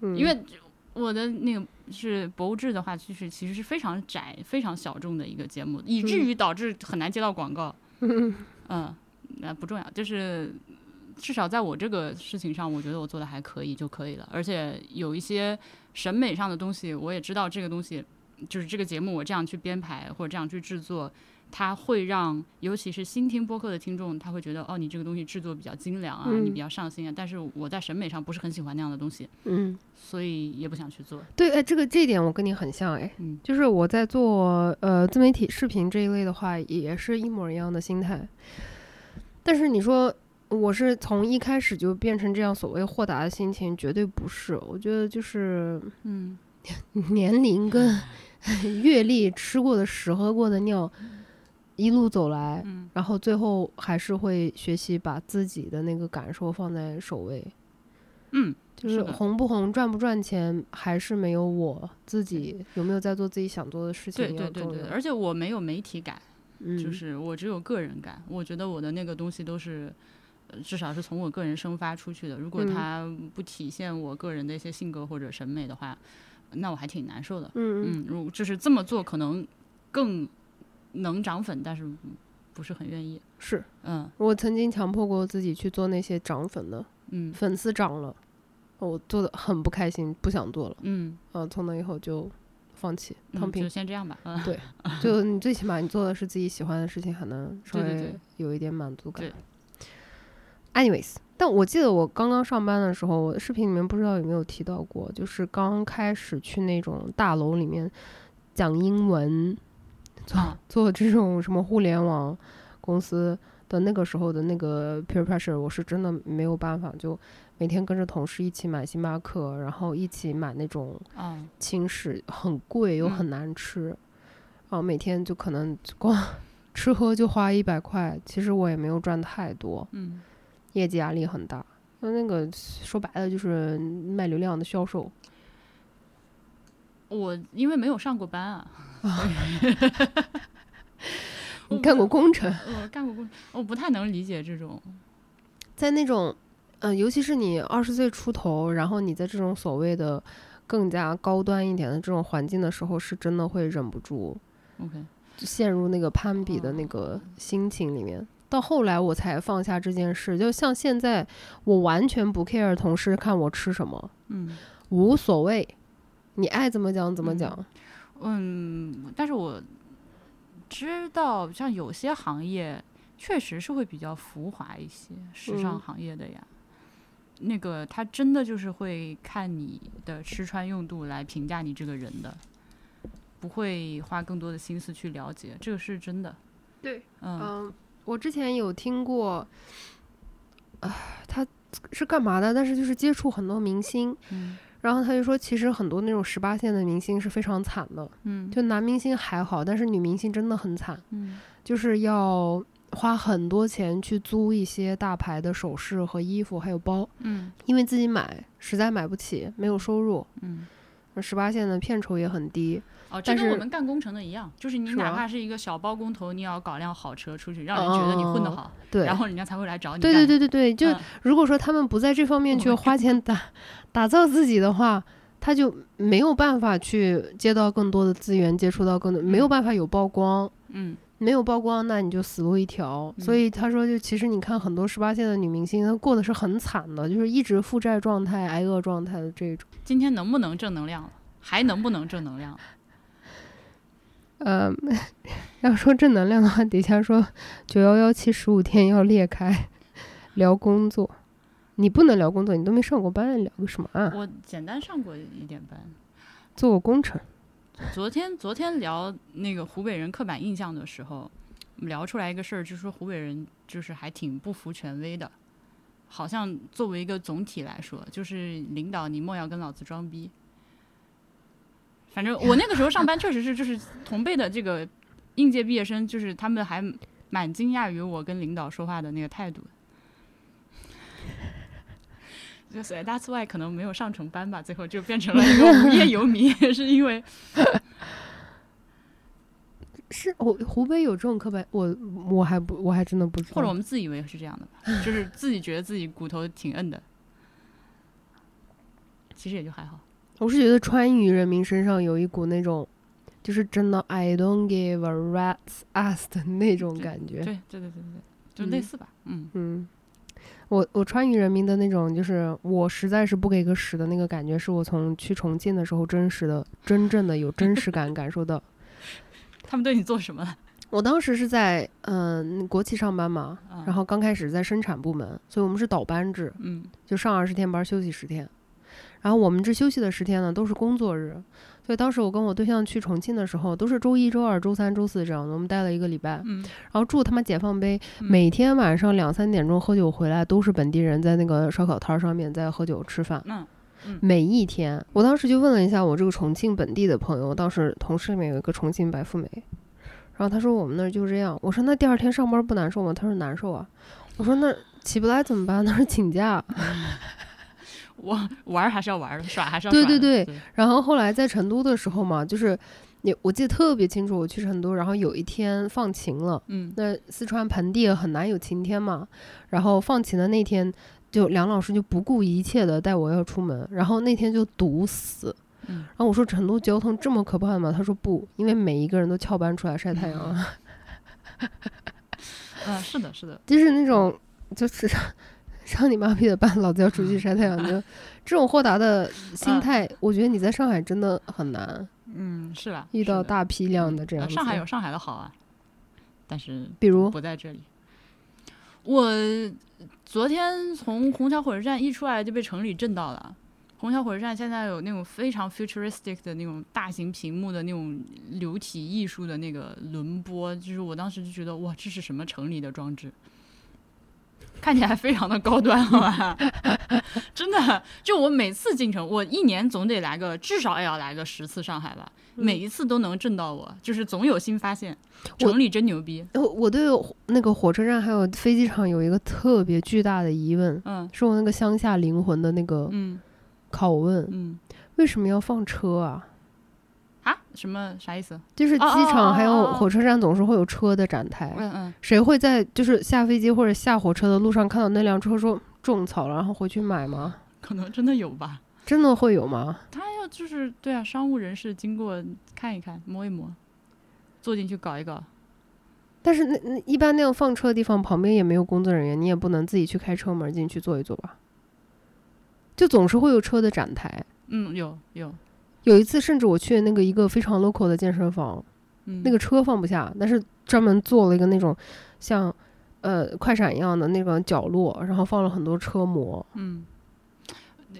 嗯，因为我的那个是博物志的话，就是其实是非常窄、非常小众的一个节目，以至嗯于导致很难接到 广告。嗯，那不重要，就是至少在我这个事情上，我觉得我做的还可以就可以了。而且有一些审美上的东西，我也知道这个东西，就是这个节目我这样去编排或者这样去制作，它会让尤其是新听播客的听众，他会觉得哦，你这个东西制作比较精良啊，你嗯比较上心啊。但是我在审美上不是很喜欢那样的东西，嗯。所以也不想去做。对，哎，这个这一点我跟你很像，哎，嗯就是我在做呃自媒体视频这一类的话，也是一模一样的心态。但是你说我是从一开始就变成这样所谓豁达的心情，绝对不是。我觉得就是嗯， 年龄跟 阅历、吃过的屎、喝过的尿，一路走来，嗯然后最后还是会学习把自己的那个感受放在首位。嗯，就是是的红不红、赚不赚钱，还是没有我自己有没有在做自己想做的事情对要对对重对，要。而且我没有媒体感。嗯，就是我只有个人感，我觉得我的那个东西都是，呃至少是从我个人生发出去的。如果嗯它不体现我个人的一些性格或者审美的话，那我还挺难受的。嗯嗯嗯，如就是这么做可能更能涨粉，但是不是很愿意。是嗯我曾经强迫过自己去做那些涨粉的，嗯粉丝涨了，我做的很不开心，不想做了。嗯，啊，从那以后就放弃嗯躺平就，先这样吧。嗯，对就你最起码你做的是自己喜欢的事情，还能稍对对微对有一点满足感对。 Anyways，但我记得我刚刚上班的时候，我视频里面不知道有没有提到过，就是刚开始去那种大楼里面讲英文，做、啊做这种什么互联网公司的那个时候的那个 peer pressure，我是真的没有办法，就每天跟着同事一起买星巴克，然后一起买那种啊，轻食很贵又嗯很难吃，然后每天就可能光 吃喝就花一百块，其实我也没有赚太多，嗯，业绩压力很大。那那个说白了就是卖流量的销哦售，我因为没有上过班啊， 我你干过工程，我干过工，我不太能理解这种。在那种，嗯、尤其是你二十岁出头，然后你在这种所谓的更加高端一点的这种环境的时候，是真的会忍不住。 OK，陷入那个攀比的那个心情里面。到后来我才放下这件事，就像现在，我完全不 care 同事看我吃什么，嗯无所谓，你爱怎么讲怎么讲。嗯，但是我知道，像有些行业确实是会比较浮华一些，时尚嗯行业的呀。那个他真的就是会看你的吃穿用度来评价你这个人的，不会花更多的心思去了解，这个是真的。对，嗯，嗯，我之前有听过，啊，他是干嘛的？但是就是接触很多明星，嗯然后他就说，其实很多那种十八线的明星是非常惨的，嗯就男明星还好，但是女明星真的很惨，嗯就是要花很多钱去租一些大牌的首饰和衣服，还有包，嗯因为自己买实在买不起，没有收入。嗯。十八线的片酬也很低，哦，这但跟我是们干工程的一样，就是你是哪吧怕是一个小包工头，你也要搞辆好车出去，让人觉得你混得哦好，对，然后人家才会来找你干。对对对对对，就嗯如果说他们不在这方面去 Oh my 花钱打 打造自己的话，他就没有办法去接到更多的资源，接触到更多，没有嗯办法有曝光，嗯，没有曝光，那你就死路一条。所以他说，就其实你看很多十八线的女明星，她过的是很惨的，就是一直负债状态、挨饿状态的这种。今天能不能正能量了？还能不能正能量了？嗯呃， 要说正能量的话，底下说九幺幺七十五天要裂 开，聊工作。你不能聊工作，你都没上过班，聊个什么啊？我简单上过一点班。做过工程。昨天昨天聊那个湖北人刻板印象的时候，我们聊出来一个事儿，就是说湖北人就是还挺不服权威的，好像作为一个总体来说，就是领导你莫要跟老子装逼。反正我那个时候上班确实是，就是同辈的这个应届毕业生，就是他们还蛮惊讶于我跟领导说话的那个态度。 就是 that's why 可能没有上成班吧，最后就变成了一个无业游民， 是因为是湖湖北有这种刻板，我我还不我还真的不知道。或者我们自以为是这样的 吧，就是自己觉得自己骨头挺硬的，其实也就还好。我是觉得川渝人民身上有一股那种，就是真的 I don't give a rat's ass 的那种感对觉。对对对对，就类似吧。嗯嗯，我我川渝人民的那种，就是我实在是不给个屎的那个感觉，是我从去重庆的时候真实的、真正的有真实感感受到。他们对你做什么了？我当时是在嗯、国企上班嘛，嗯然后刚开始在生产部门，所以我们是倒班制。嗯就上二十天班，休息十天。然后我们这休息的十天呢，都是工作日，所以当时我跟我对象去重庆的时候，都是周一周二周三周四这样的，我们待了一个礼拜，嗯，然后住他妈解放碑，嗯每天晚上两三点钟喝酒回来，都是本地人在那个烧烤摊儿上面在喝酒吃饭，嗯嗯每一天。我当时就问了一下我这个重庆本地的朋友，当时同事里面有一个重庆白富美，然后他说我们那儿就这样，我说那第二天上班不难受吗？他说难受啊，我说那起不来怎么办？他说请假。我玩儿还是要玩儿的，耍还是要耍对的。对对，然后后来在成都的时候嘛，就是你我记得特别清楚，我去成都，然后有一天放晴了，嗯那四川盆地很难有晴天嘛，然后放晴的那天，就梁老师就不顾一切的带我要出门，然后那天就堵死。嗯然后我说成都交通这么可怕吗？他说不，因为每一个人都翘班出来晒太阳啊，嗯，是的，是的。 就是那种就是 上上你妈逼的班，老子要出去晒太阳，就这种豁达的心态，我觉得你在上海真的很难。嗯，是吧？遇是到的大批量的这样呃子、上海有，上海的好啊，但是比如不在这里。我昨天从虹桥火车站一出来就被城里震到了。虹桥火车站现在有那种非常 futuristic 的那种大型屏幕的那种流体艺术的那个轮播，就是我当时就觉得哇，这是什么城里的装置？看起来非常的高端，好吧？ 真的，就我每次进城，我一年总得来个，至少也要来个十次上海吧，每一次都能震到我，就是总有新发现。我城里真牛逼，我呃我对那个火车站还有飞机场有一个特别巨大的疑问，嗯是我那个乡下灵魂的那个嗯拷问：嗯，为什么要放车啊？啊，什么啥意思？就是机哦哦哦场还有哦哦火车站总是会有车的展台，嗯嗯，谁会在就是下飞机或者下火车的路上看到那辆车说种草了，然后回去买吗？可能真的有吧。真的会有吗？他要就是对啊，商务人士经过看一看，摸一摸，坐进去搞一搞。但是那那一般那样放车的地方旁边也没有工作人员，你也不能自己去开车门进去坐一坐吧？就总是会有车的展台。嗯，有有，有一次甚至我去那个一个非常 local 的健身房，嗯，那个车放不下，但是专门做了一个那种像呃快闪一样的那种角落，然后放了很多车模，嗯，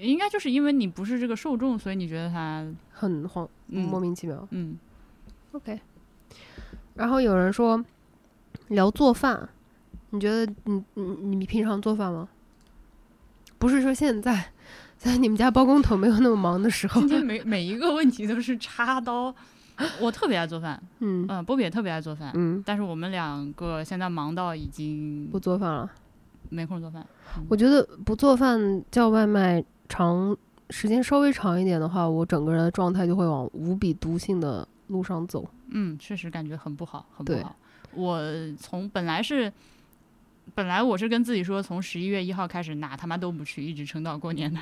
应该就是因为你不是这个受众，所以你觉得它很荒莫嗯名其妙。 嗯 OK，然后有人说聊做饭，你觉得你你你平常做饭吗？不是说现在，在你们家包工头没有那么忙的时候今，天每每一个问题都是插刀。我特别爱做饭，嗯嗯，波比也特别爱做饭，嗯，但是我们两个现在忙到已经不做饭了。没空做饭。我觉得不做饭叫外卖长时间稍微长一点的话，我整个人的状态就会往无比毒性的路上走。嗯，确实感觉很不好，很对不好。我从本来是，本来我是跟自己说，从十一月一号开始哪他妈都不去，一直撑到过年的。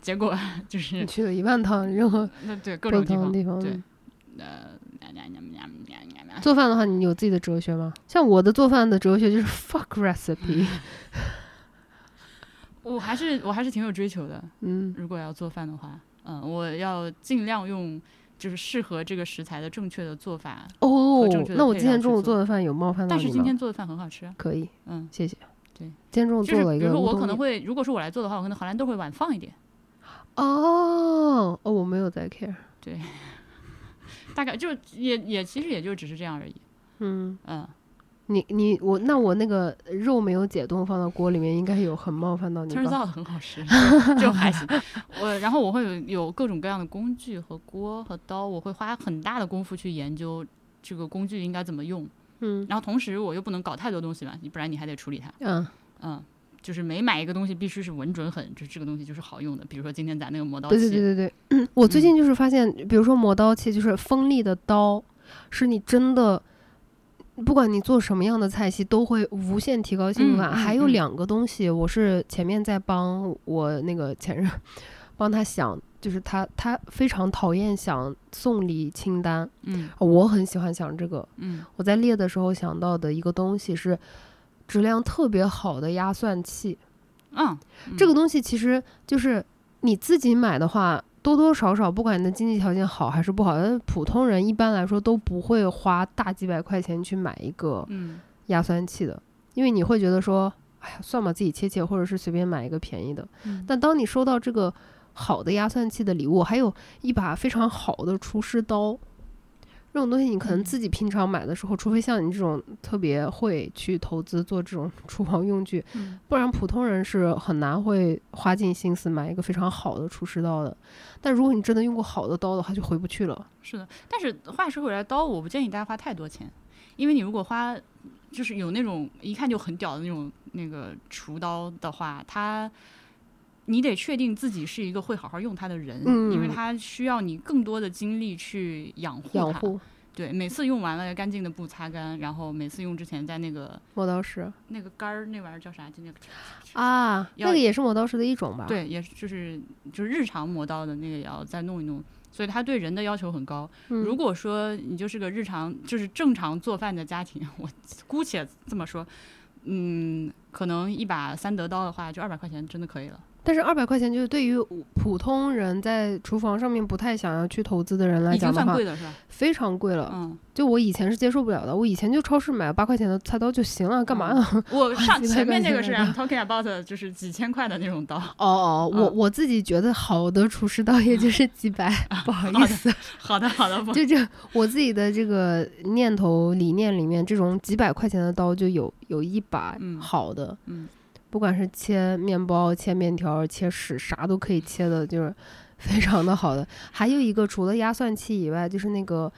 结果就是你去了一万趟任何那对嗯 各不种地同的方，地方，对呃，呀呀呀呀呀呀呀做饭的话，你有自己的哲学吗？像我的做饭的哲学就是 fuck recipe，我还是我还是挺有追求的。嗯如果要做饭的话，嗯，我要尽量用就是适合这个食材的正确的做法。哦和正确，的那我配今天料去中午做做的饭有冒犯到但你吗？是今天做的饭很好吃，可以，嗯，谢谢。对，今天中午就做是了一比如个说乌我可冬能面。会，如果是我来做的话，我可能荷兰豆会晚放一点。哦哦，我没有在 care。大概就也也其实也就只是这样而已。嗯，嗯，你你我那我那个肉没有解冻放到锅里面，应该有很冒犯到你 t u r 吧？很好吃， 就就还行。 我然后我会有有各种各样的工具和锅和刀，我会花很大的功夫去研究这个工具应该怎么用。嗯然后同时我又不能搞太多东西嘛，你不然你还得处理它。嗯，嗯，就是每买一个东西必须是稳准狠，就是这个东西就是好用的。比如说今天咱那个磨刀器，对对对对对， 嗯我最近就是发现，比如说磨刀器，就是锋利的刀，是你真的，不管你做什么样的菜系，都会无限提高幸福感。嗯嗯还有嗯两个东西，我是前面在帮我那个前任 帮他想，就是他他非常讨厌想送礼清单，嗯我很喜欢想这个。嗯我在列的时候想到的一个东西是质量特别好的压蒜器。嗯，这个东西其实就是你自己买的话，多多少少不管你的经济条件好还是不好，但是普通人一般来说都不会花大几百块钱去买一个嗯压酸器的，因为你会觉得说，哎呀，算吧，自己切切，或者是随便买一个便宜的。嗯但当你收到这个好的压蒜器的礼物，还有一把非常好的厨师刀，这种东西你可能嗯自己平常买的时候，除非像你这种特别会去投资做这种厨房用具，嗯不然普通人是很难会花尽心思买一个非常好的厨师刀的。但如果你真的用过好的刀的话，就回不去了。是的，但是话说回来，刀我不建议大家花太多钱，因为你如果花就是有那种一看就很屌的那种那个厨刀的话，它你得确定自己是一个会好好用它的人，因为嗯它需要你更多的精力去养护它。养护对，每次用完了干净的布擦干，然后每次用之前在那个磨刀石那个杆儿那玩意儿叫啥？就那个啊，那要个也是磨刀石的一种吧？，对，也是就是就是日常磨刀的那个也要再弄一弄，所以它对人的要求很高。嗯如果说你就是个日常就是正常做饭的家庭， 我姑且这么说，嗯，可能一把三德刀的话，就二百块钱真的可以了。但是二百块钱就是对于普通人在厨房上面不太想要去投资的人来已讲经的算话，呃贵了是吧？非常贵了。嗯，就我以前是接受不了的，我以前就超市买八块钱的菜刀就行了，干嘛 呀？我上几百前面块那个是钱 I'm talking about 就是几千块的那种刀，哦哦，我嗯我自己觉得好的厨师刀也就是几 百，不好意 思，好的好的，不就这我自己的这个念头理念里面，这种几百块钱的刀就有有一把嗯好的，嗯不管是切面包、切面条、切屎，啥都可以切的，就是非常的好的。还有一个除了压蒜器以外，就是那个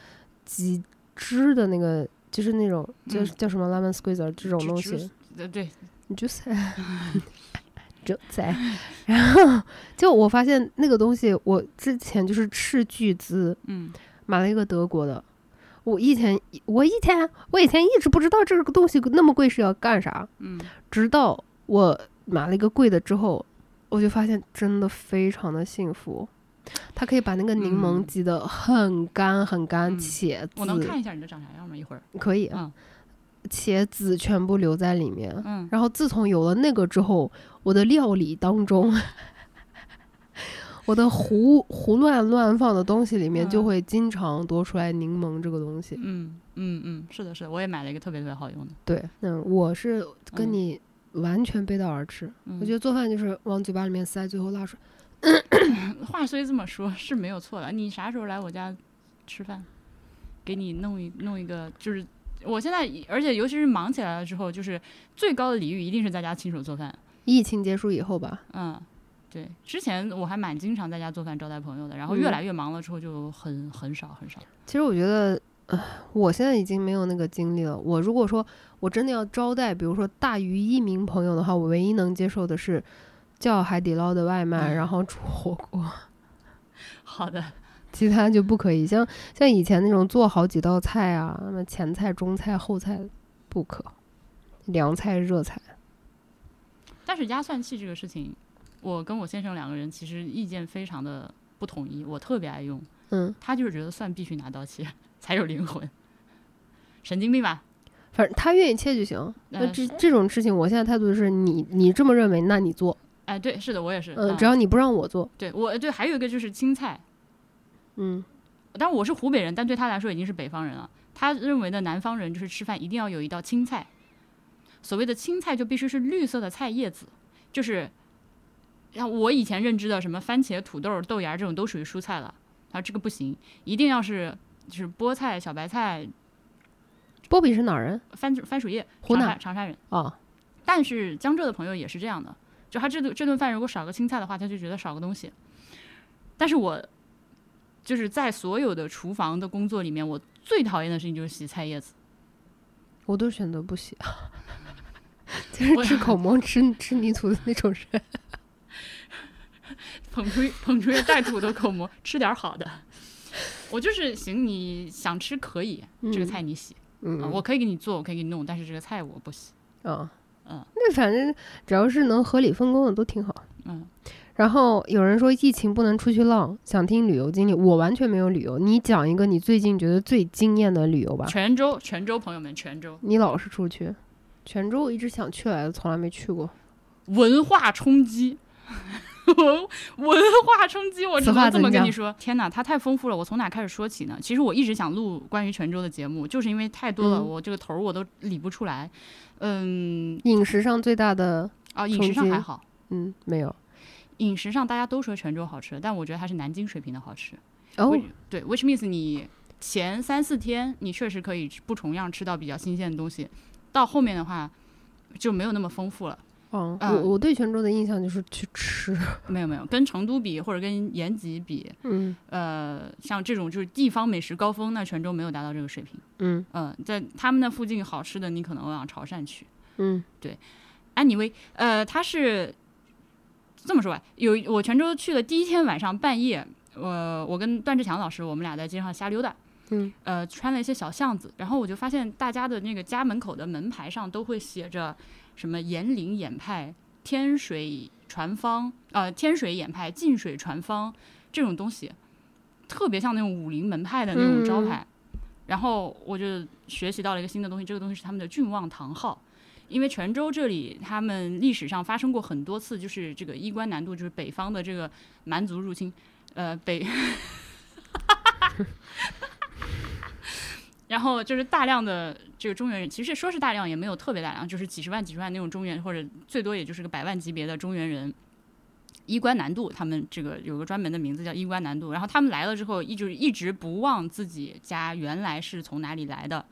几汁的那个，就是那种叫、嗯叫什么 lemon squeezer 这种就东只是西，对对，你就塞， 就塞。然后就我发现那个东西，我之前就是斥巨资，嗯买了一个德国的。我以前我以前我以前一直不知道这个东西那么贵是要干啥，嗯直到我买了一个贵的之后，我就发现真的非常的幸福。它可以把那个柠檬嗯挤得很干很干，嗯且我能籽看一下你这长啥样吗？一会儿，可以嗯，且籽全部留在里面。嗯，然后自从有了那个之后，我的料理当中， 我的胡胡乱乱放的东西里面就嗯会经常多出来柠檬这个东西。嗯嗯嗯，是的，是的，我也买了一个特别特别好用的。对，嗯，我是跟嗯你完全背道而驰。嗯、我觉得做饭就是往嘴巴里面塞，最后拉出来。话虽这么说，是没有错的。你啥时候来我家吃饭？给你弄一弄一个，就是我现在，而且尤其是忙起来了之后，就是最高的礼遇一定是在家亲手做饭。疫情结束以后吧，嗯，对，之前我还蛮经常在家做饭招待朋友的，然后越嗯来越忙了之后就很很少很少。其实我觉得，唉我现在已经没有那个精力了。我如果说我真的要招待，比如说大于一名朋友的话，我唯一能接受的是叫海底捞的外嗯卖，然后煮火锅，好的，其他就不可以。像像以前那种做好几道菜啊，那么前菜、中菜、后菜不可，凉菜、热菜，但是压蒜器这个事情，我跟我先生两个人其实意见非常的不统一，我特别爱用，嗯，他就是觉得蒜必须拿刀切 才有灵魂，神经病吧？反正他愿意切就行。那呃这这种事情，我现在态度就是你你这么认为，那你做，哎，对，是的，我也是，嗯，嗯只要你不让我做，对我对，还有一个就是青菜，嗯，但我是湖北人，但对他来说已经是北方人了。他认为的南方人就是吃饭一定要有一道青菜，所谓的青菜就必须是绿色的菜叶子，就是像我以前认知的什么番茄、土豆、豆芽这种都属于蔬菜了，他说这个不行，一定要是就是菠菜、小白菜、波比是哪儿人番番薯叶，湖长南沙长沙人。啊？但是江浙的朋友也是这样的，就他这顿这顿饭如果少个青菜的话，他就觉得少个东西。但是我就是在所有的厨房的工作里面，我最讨厌的事情就是洗菜叶子。我都选择不洗， 就是我吃口蘑、吃吃泥土的那种人。捧出一捧出一带土的口蘑，吃点儿好的。我就是行，你想吃可以， 这个菜你洗、嗯，啊，我可以给你做，我可以给你弄，但是这个菜我不洗。啊，嗯那反正只要是能合理分工的都挺好。嗯，然后有人说疫情不能出去浪，想听旅游经历，我完全没有旅游。你讲一个你最近觉得最惊艳的旅游吧。泉州，泉州朋友们，泉州你老是出去，泉州我一直想去来的，从来没去过。文化冲击， 文文化冲击，我只此话能这怎么跟讲你说。天哪，它太丰富了，我从哪开始说起呢？其实我一直想录关于泉州的节目，就是因为太多了，嗯我这个头儿我都理不出来。嗯，饮食上最大的，啊，饮冲食上击还好，嗯，没有。饮食上大家都说泉州好吃，但我觉得还是南京水平的好吃。哦 Which- 对，which means 你前三四天你确实可以不重样吃到比较新鲜的东西，到后面的话就没有那么丰富了。哦，嗯我我对泉州的印象就是去吃， 没有没有，跟成都比或者跟延吉比，嗯呃，像这种就是地方美食高峰，那泉州没有达到这个水平。嗯嗯、在他们那附近好吃的，你可能往潮汕去。嗯 Anyway，呃，它是这么说吧，有我泉州去的第一天晚上半夜，呃，我跟段志强老师，我们俩在街上瞎溜达，嗯，呃，穿了一些小巷子，然后我就发现大家的那个家门口的门牌上都会写着什么盐陵盐派、天水船坊，呃，天水盐派、晋水船坊这种东西，特别像那种武林门派的那种招牌。然后我就学习到了一个新的东西，这个东西是他们的郡望堂号。因为泉州这里，他们历史上发生过很多次，就是这个衣冠南渡，就是北方的这个蛮族入侵，呃，北， 然后就是大量的这个中原人，其实说是大量也没有特别大量，就是几十万、几十万那种中原，或者最多也就是个百万级别的中原人。衣冠南渡，他们这个有个专门的名字叫衣冠南渡。然后他们来了之后，一直一直不忘自己家原来是从哪里来的。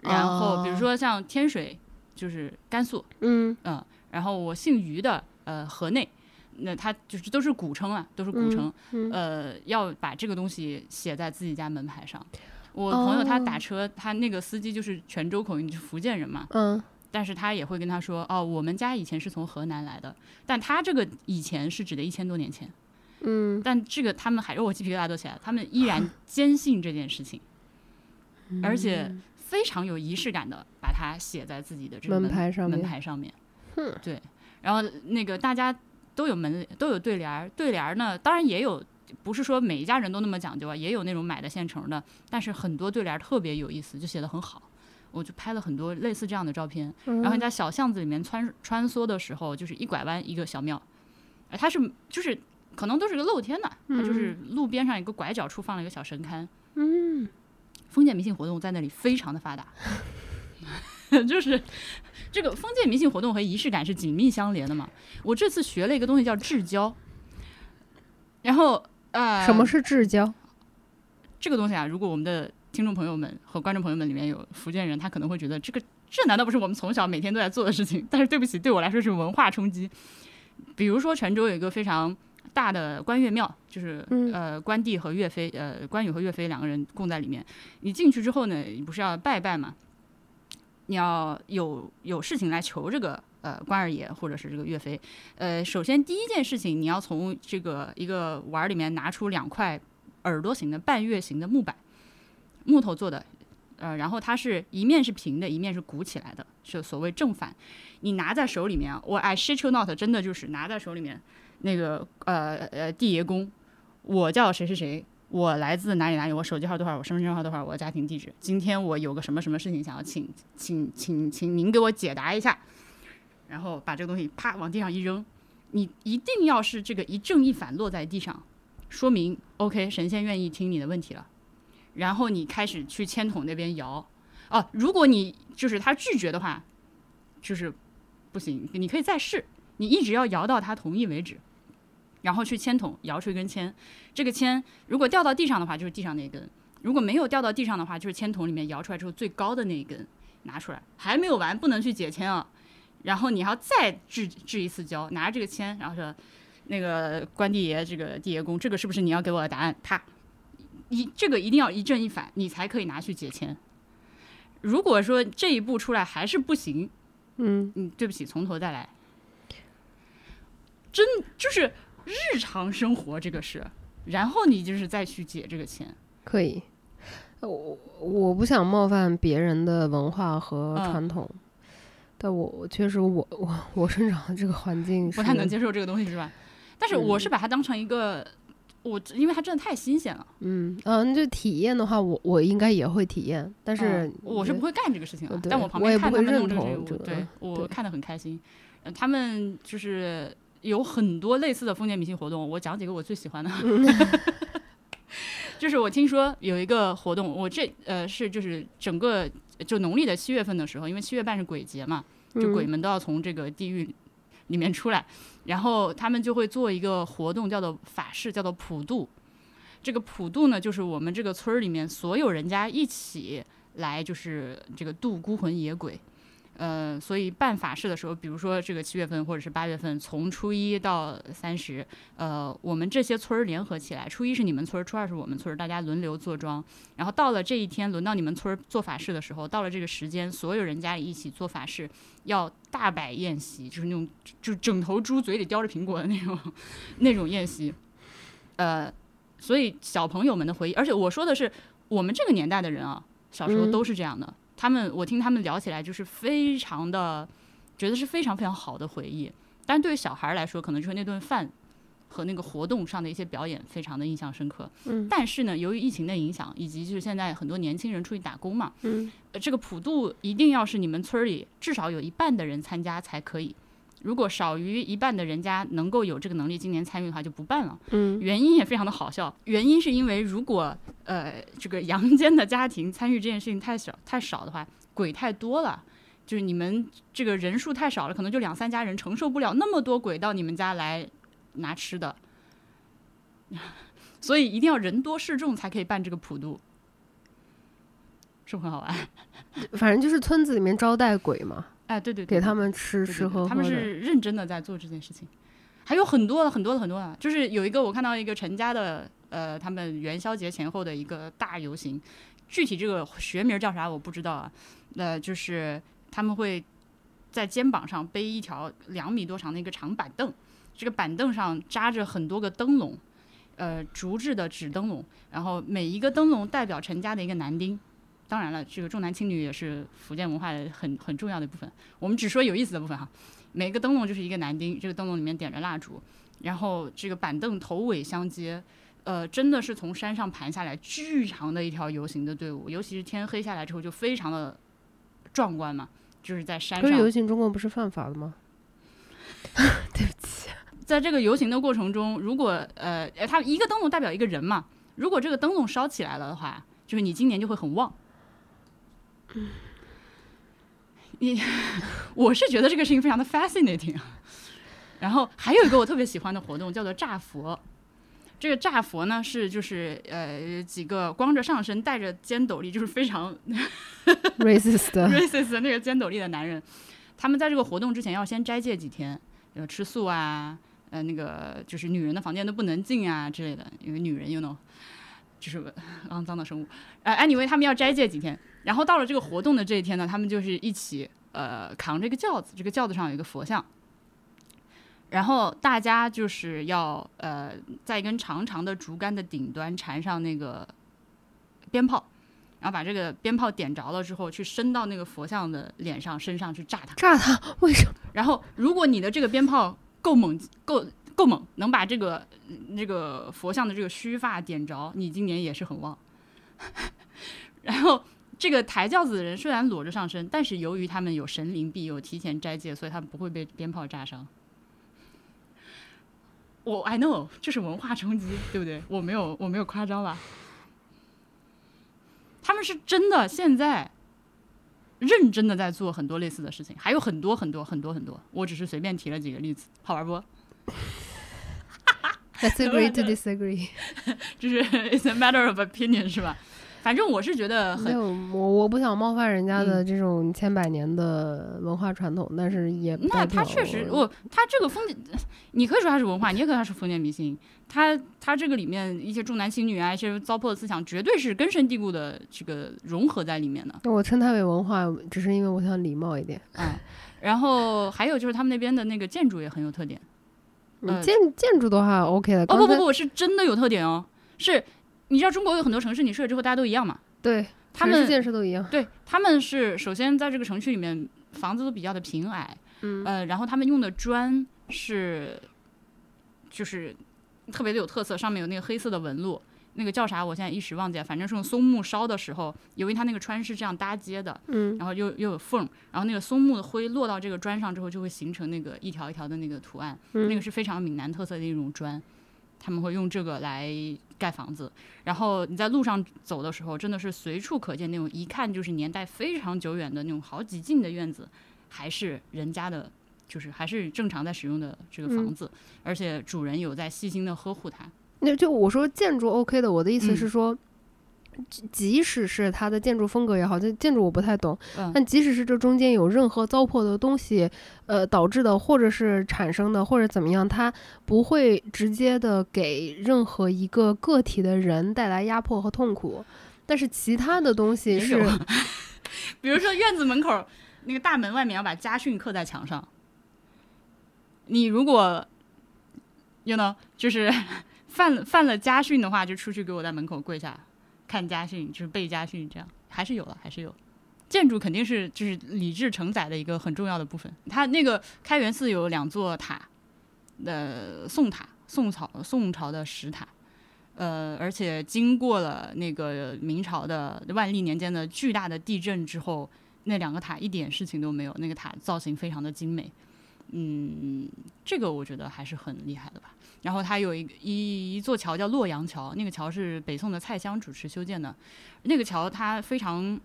然后比如哦说像天水，就是甘肃，嗯嗯，然后我姓于的，呃，河内，那他就是都是古称啊，都是古称，嗯呃，要把这个东西写在自己家门牌上。我朋友他打哦车，他那个司机就是泉州口音，就是福建人嘛，嗯，但是他也会跟他说，哦，我们家以前是从河南来的，但他这个以前是指的一千多年前，嗯，但这个他们还让我鸡皮疙瘩都起来了，他们 依然坚信这件事情，嗯而且非常有仪式感的把它写在自己的这个门牌上门面牌上面哼。对，然后那个大家都有门都有对联儿，对联儿呢，当然也有，不是说每一家人都那么讲究啊，也有那种买的现成的，但是很多对联儿特别有意思，就写的很好。我就拍了很多类似这样的照片，嗯然后你在小巷子里面穿穿梭的时候，就是一拐弯一个小庙，哎，它是就是可能都是个露天的，它就是路边上一个拐角处放了一个小神龛，嗯，封建迷信活动在那里非常的发达， 就是这个封建迷信活动和仪式感是紧密相连的嘛。我这次学了一个东西叫至交，然后呃，什么是至交？这个东西啊？如果我们的听众朋友们和观众朋友们里面有福建人，他可能会觉得这个这难道不是我们从小每天都在做的事情？但是对不起，对我来说是文化冲击。比如说泉州有一个非常大的关岳庙，就是、嗯呃关帝和岳飞，呃关羽和岳飞两个人供在里面。你进去之后呢，你不是要拜拜嘛？你要有有事情来求这个呃关二爷或者是这个岳飞。呃，首先第一件事情，你要从这个一个碗儿里面拿出两块耳朵形的半月形的木板，木头做的，呃，然后它是一面是平的，一面是鼓起来的，是所谓正反。你拿在手里面啊，我 I shit you not，真的就是拿在手里面，那个呃呃地爷公，我叫谁谁谁，我来自哪里哪里，我手机号多少，我身份证号多少，我家庭地址，今天我有个什么什么事情想要请请请请您给我解答一下，然后把这个东西啪往地上一扔，你一定要是这个一正一反落在地上，说明 OK 神仙愿意听你的问题了。然后你开始去签筒那边摇。哦，如果你就是他拒绝的话，就是不行，你可以再试，你一直要摇到他同意为止，然后去签筒摇出一根签，这个签如果掉到地上的话，就是地上那一根；如果没有掉到地上的话，就是签筒里面摇出来之后最高的那一根拿出来。还没有完，不能去解签啊，然后你还要再掷掷一次胶，拿着这个签，然后说。那个关帝爷，这个地爷公，这个是不是你要给我的答案？啪，一这个一定要一正一反，你才可以拿去解签。如果说这一步出来还是不行，嗯，嗯，对不起，从头再来。真就是日常生活这个事，然后你就是再去解这个签。可以。我我不想冒犯别人的文化和嗯传统，但我我确实我我我生长的这嗯个环境不太是能接受这个东西是吧？但是我是把它当成一个，我因为它真的太新鲜了，嗯嗯，就体验的话，我我应该也会体验，但是、嗯我是不会干这个事情呃的，对但我旁我也边不看他会们弄这认个同事这个情，我对我对看得很开心。呃他们就是有很多类似的封建迷信活动，我讲几个我最 喜欢的。就是我听说有一个活动，我这呃是就是整个就农历的七月份的时候，因为七月半是鬼节嘛，就鬼嗯们都要从这个地狱里面出来，然后他们就会做一个活动，叫做法事，叫做普渡。这个普渡呢，就是我们这个村儿里面所有人家一起来，就是这个渡孤魂野鬼。呃，所以办法事的时候，比如说这个七月份或者是八月份，从初一到三十，呃，我们这些村儿联合起来，初一是你们村儿，初二是我们村儿，大家轮流坐庄。然后到了这一天，轮到你们村儿做法事的时候，到了这个时间，所有人家里一起做法事，要大摆宴席，就是那种就整头猪嘴里叼着苹果的那种 那种宴席。呃，所以小朋友们的回忆，而且我说的是我们这个年代的人啊，小时候嗯都是这样的。他们我听他们聊起来，就是非常的觉得是非常非常好的回忆。但是对于小孩儿来说，可能就是那顿饭和那个活动上的一些表演非常的印象深刻。嗯但是呢，由于疫情的影响，以及就是现在很多年轻人出去打工嘛，嗯呃这个普渡一定要是你们村儿里至少有一半的人参加才可以。如果少于一半的人家能够有这个能力今年参与的话，就不办了。嗯原因也非常的好笑，原因是因为如果呃这个阳间的家庭参与这件事情太少太少的话，鬼太多了。就是你们这个人数太少了，可能就两三家人承受不了那么多鬼到你们家来拿吃的， 所以一定要人多势众才可以办这个普渡，是不是很好玩？反正就是村子里面招待鬼嘛，哎，对对对，给他们们吃吃喝喝的。他们是认真的在做这件事情。还有很多的很多的很多的，就是有一个我看到一个陈家的，呃，他们元宵节前后的一个大游行，具体这个学名叫啥我不知道啊，呃，就是他们会在肩膀上背一条两米多长的一个长板凳，这个板凳上扎着很多个灯笼，呃，竹制的纸灯笼，然后每一个灯笼代表陈家的一个男丁，当然了，这个重男轻女也是福建文化的很很重要的部分。我们只说有意思的部分哈。每个灯笼就是一个男丁，这个灯笼里面点着蜡烛，然后这个板凳头尾相接，呃，真的是从山上盘下来巨长的一条游行的队伍，尤其是天黑下来之后就非常的壮观嘛，就是在山可是游上，行中共不是犯法的吗？对不起，在这个游行的过程中，如果呃，呃它一个灯笼代表一个人嘛，如果这个灯笼烧起来了的话，就是你今年就会很旺。你，我是觉得这个事情非常的 fascinating 啊。然后还有一个我特别喜欢的活动叫做炸佛，这个炸佛呢是就是呃几个光着上身戴着尖斗笠，就是非常 racist 的 racist 的那个尖斗笠的男人，他们在这个活动之前要先斋戒几天，呃，吃素啊，呃，那个就是女人的房间都不能进啊之类的，因为女人 you know 就是肮脏的生物。呃，anyway，他们要斋戒几天，然后到了这个活动的这一天呢，他们就是一起呃扛着一个轿子，这个轿子上有一个佛像。然后大家就是要呃，在一根长长的竹竿的顶端缠上那个鞭炮，然后把这个鞭炮点着了之后，去伸到那个佛像的脸上、身上去炸它。炸 他，为什么？然后，如果你的这个鞭炮够猛、够够猛，能把这个嗯这个佛像的这个须发点着，你今年也是很旺。 然后，这个抬轿子的人虽然裸着上身，但是由于他们有神灵庇佑、提前斋戒，所以他们不会被鞭炮炸伤。我 I know，这是文化冲击，对不对？我没有，我没有夸张吧？他们是真的现在认真的在做很多类似的事情，还有很多很多很多很多。我只是随便提了几个例子，好玩不？ Let's agree to disagree。就是 it's a matter of opinion 是吧？反正我是觉得没很嗯有，我我不想冒犯人家的这种千百年的文化传统，但是也不那代表他确实，我他这个封建，你可以说他是文化，你也可以说他是封建迷信。他他这个里面一些重男轻女啊，一些糟粕的思想，绝对是根深蒂固的这个融合在里面的。我称它为文化，只是因为我想礼貌一点。嗯，然后还有就是他们那边的那个建筑也很有 特点。嗯嗯、建建筑的话 OK 的，哦不刚才不不，是真的有特点哦。是，你知道中国有很多城市，你设了之后大家都一样嘛？对，他城市们建设都一样。对，他们是首先在这个城区里面，房子都比较的平矮，嗯呃，然后他们用的砖是，就是特别的有特色，上面有那个黑色的纹路，那个叫啥我现在一时忘记了，反正是用松木烧的时候，由于它那个川是这样搭接的，嗯然后又又有缝儿，然后那个松木的灰落到这个砖上之后，就会形成那个一条一条的那个图案，那个嗯，是非常闽南特色的一种砖，他们会用这个来盖房子。然后你在路上走的时候，真的是随处可见那种一看就是年代非常久远的那种好几进的院子，还是人家的，就是还是正常在使用的这个房嗯子，而且主人有在细心的呵护它。那就我说建筑 OK 的，我的意思嗯是说。即即使是它的建筑风格也好，就建筑我不太懂，嗯但即使是这中间有任何糟粕的东西，呃，导致的或者是产生的或者怎么样，它不会直接的给任何一个个体的人带来压迫和痛苦。但是其他的东西也是有，啊比如说院子门口那个大门外面要把家训刻在墙上，你如果，you know，就是 犯了犯了家训的话，就出去给我在门口跪下看家训，就是背家训，这样还是有了，还是有。建筑肯定是就是理智承载的一个很重要的部分。它那个开元寺有两座塔，呃，宋塔，宋朝宋朝的石塔，呃，而且经过了那个明朝的万历年间的巨大的地震之后，那两个塔一点事情都没有，那个塔造型非常的精美，嗯，这个我觉得还是很厉害的吧。然后它有一个一一座桥叫洛阳桥，那个桥是北宋的蔡襄主持修建的，那个桥它非常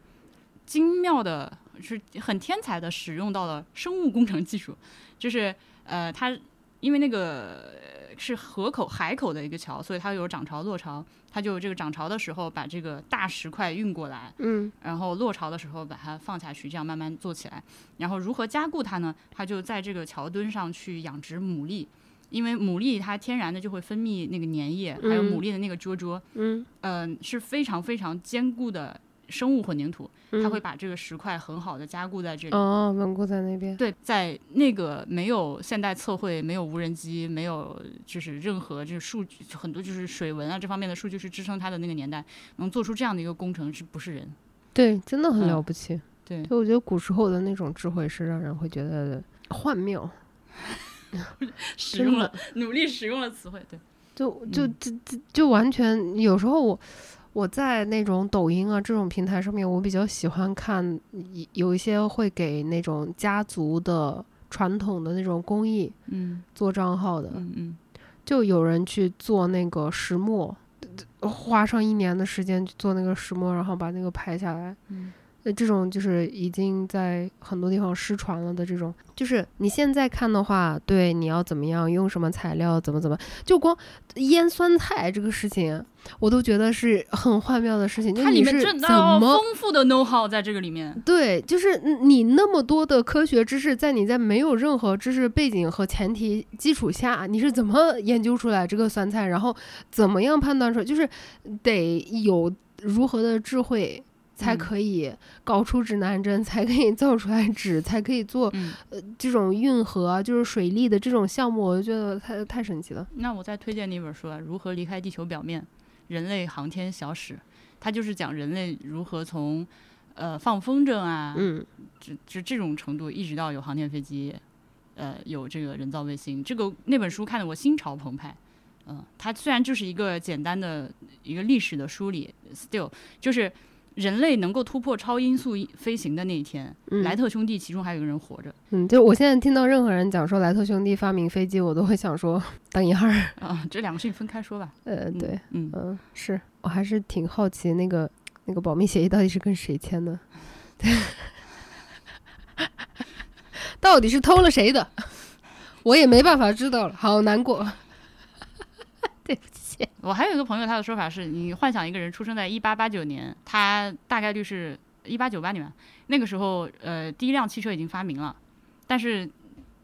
精妙的，是很天才的使用到了生物工程技术，就是呃，它因为那个是河口海口的一个桥，所以它有涨潮落潮，它就这个涨潮的时候把这个大石块运过来，嗯，然后落潮的时候把它放下去，这样慢慢做起来。然后如何加固它呢？它就在这个桥墩上去养殖牡蛎，因为牡蛎它天然的就会分泌那个粘液，还有嗯牡蛎的那个昅昅，嗯，嗯、是非常非常坚固的生物混凝土，它嗯会把这个石块很好的加固在这里。哦，稳固在那边。对，在那个没有现代测绘、没有无人机、没有就是任何这数据，很多就是水文啊这方面的数据是支撑它的那个年代，能做出这样的一个工程是不是人？对，真的很嗯了不起。对，对，我觉得古时候的那种智慧是让人会觉得幻 妙。 使真用的了，嗯努力使用了词汇，对，就就这这就完全有时候我我在那种抖音啊这种平台上面，我比较喜欢看一有一些会给那种家族的传统的那种工艺嗯做账号的，嗯嗯，就有人去做那个石墨，呃花上一年的时间去做那个石墨，然后把那个拍下来。嗯，那这种就是已经在很多地方失传了的这种，就是你现在看的话，对你要怎么样，用什么材料，怎么怎么，就光腌酸菜这个事情，我都觉得是很 幻妙的事情。就它你里面是真的怎哦么丰富的 know how 在这个里面，对，就是嗯你那么多的科学知识，在你在没有任何知识背景和前提基础下，你是怎么 研究出来这个酸菜，然后怎么样判断出来，就是得有如何的智慧。才嗯可以搞出指南针，才可以造出来纸，才可以做嗯，这种运河啊，就是水利的这种项目，我就觉得太太神奇了。那我再推荐你一本书啊，《如何离开地球表面：人类航天小史》，它就是讲人类如何从呃放风筝啊，嗯，这这这种程度，一直到有航天飞机，呃，有这个人造卫星。这个那本书看得我心潮澎湃。嗯，它虽然就是一个简单的一个历史的梳理，still 就是人类能够突破超音速飞行的那一天，嗯莱特兄弟其中还有一个人活着嗯，就我现在听到任何人讲说莱特兄弟发明飞机，我都会想说， 等一会儿，啊、这两个事情分开说吧。呃，嗯对。，嗯，嗯，是我还是挺好奇那个那个保密协议到底是跟谁签的， 到底是偷了谁的， 我也没办法知道了，好难过。我还有一个朋友，他的说法是你幻想一个人出生在一八八九年，他大概率是一八九八年吧，那个时候呃第一辆汽车已经发明了，但是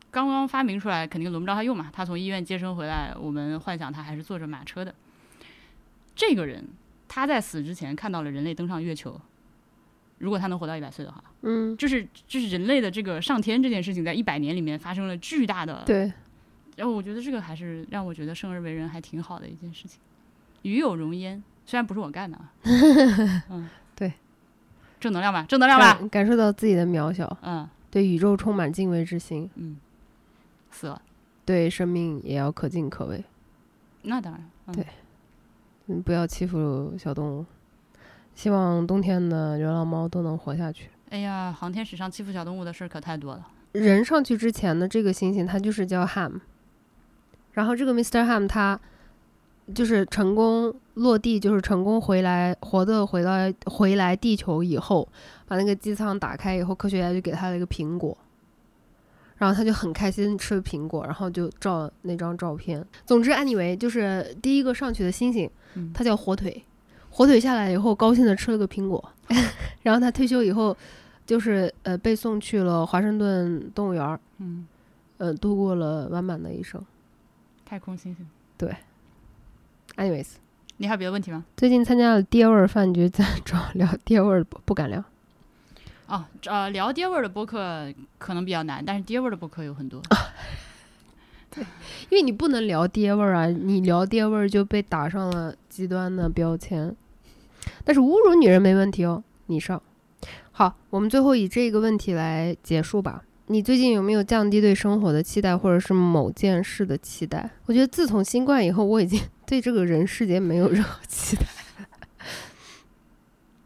刚刚发明出来肯定轮不着他用嘛，他从医院接生回来，我们幻想他还是坐着马车的。这个人他在死之前看到了人类登上月球，如果他能活到一百岁的话，嗯，就是就是人类的这个上天这件事情在一百年里面发生了巨大的对，然后我觉得这个还是让我觉得生而为人还挺好的一件事情，与有荣焉。虽然不是我干 的啊，嗯，对，正能量吧，正能量吧，感感受到自己的渺小，嗯对宇宙充满敬畏之心，嗯，死了，对生命也要可敬可畏。那当然，嗯、对嗯，不要欺负小动物。希望冬天的流浪猫都能活下去。哎呀，航天史上欺负小动物的事儿可太多了，人上去之前的这个星星，它就是叫 Ham。然后这个 Mr. Ham 他就是成功落地，就是成功回来，活的回到回来地球以后，把那个机舱打开以后，科学家就给他了一个苹果，然后他就很开心吃了苹果，然后就照那张照片。总之，anyway，就是第一个上去的星星嗯，它叫火腿，火腿下来以后高兴的吃了个苹果，然后他退休以后。就是呃，被送去了华盛顿动物园儿，嗯，呃，度过了完满的一生。太空猩猩， Anyways，你还有别的问题吗？最近参加了爹味儿饭局，在 找聊爹味儿不不敢聊。啊，呃，聊爹味儿的播客可能比较难，但是爹味儿的播客有很啊多，因为你不能聊爹味儿啊，你聊爹味儿就被打上了极端的标签。但是侮辱女人没问题哦，你上。好，我们最后以这个问题来结束吧。你最近有没有降低对生活的期待，或者是某件事的期待？我觉得自从新冠以后，我已经对这个人世间没有任何期待 了。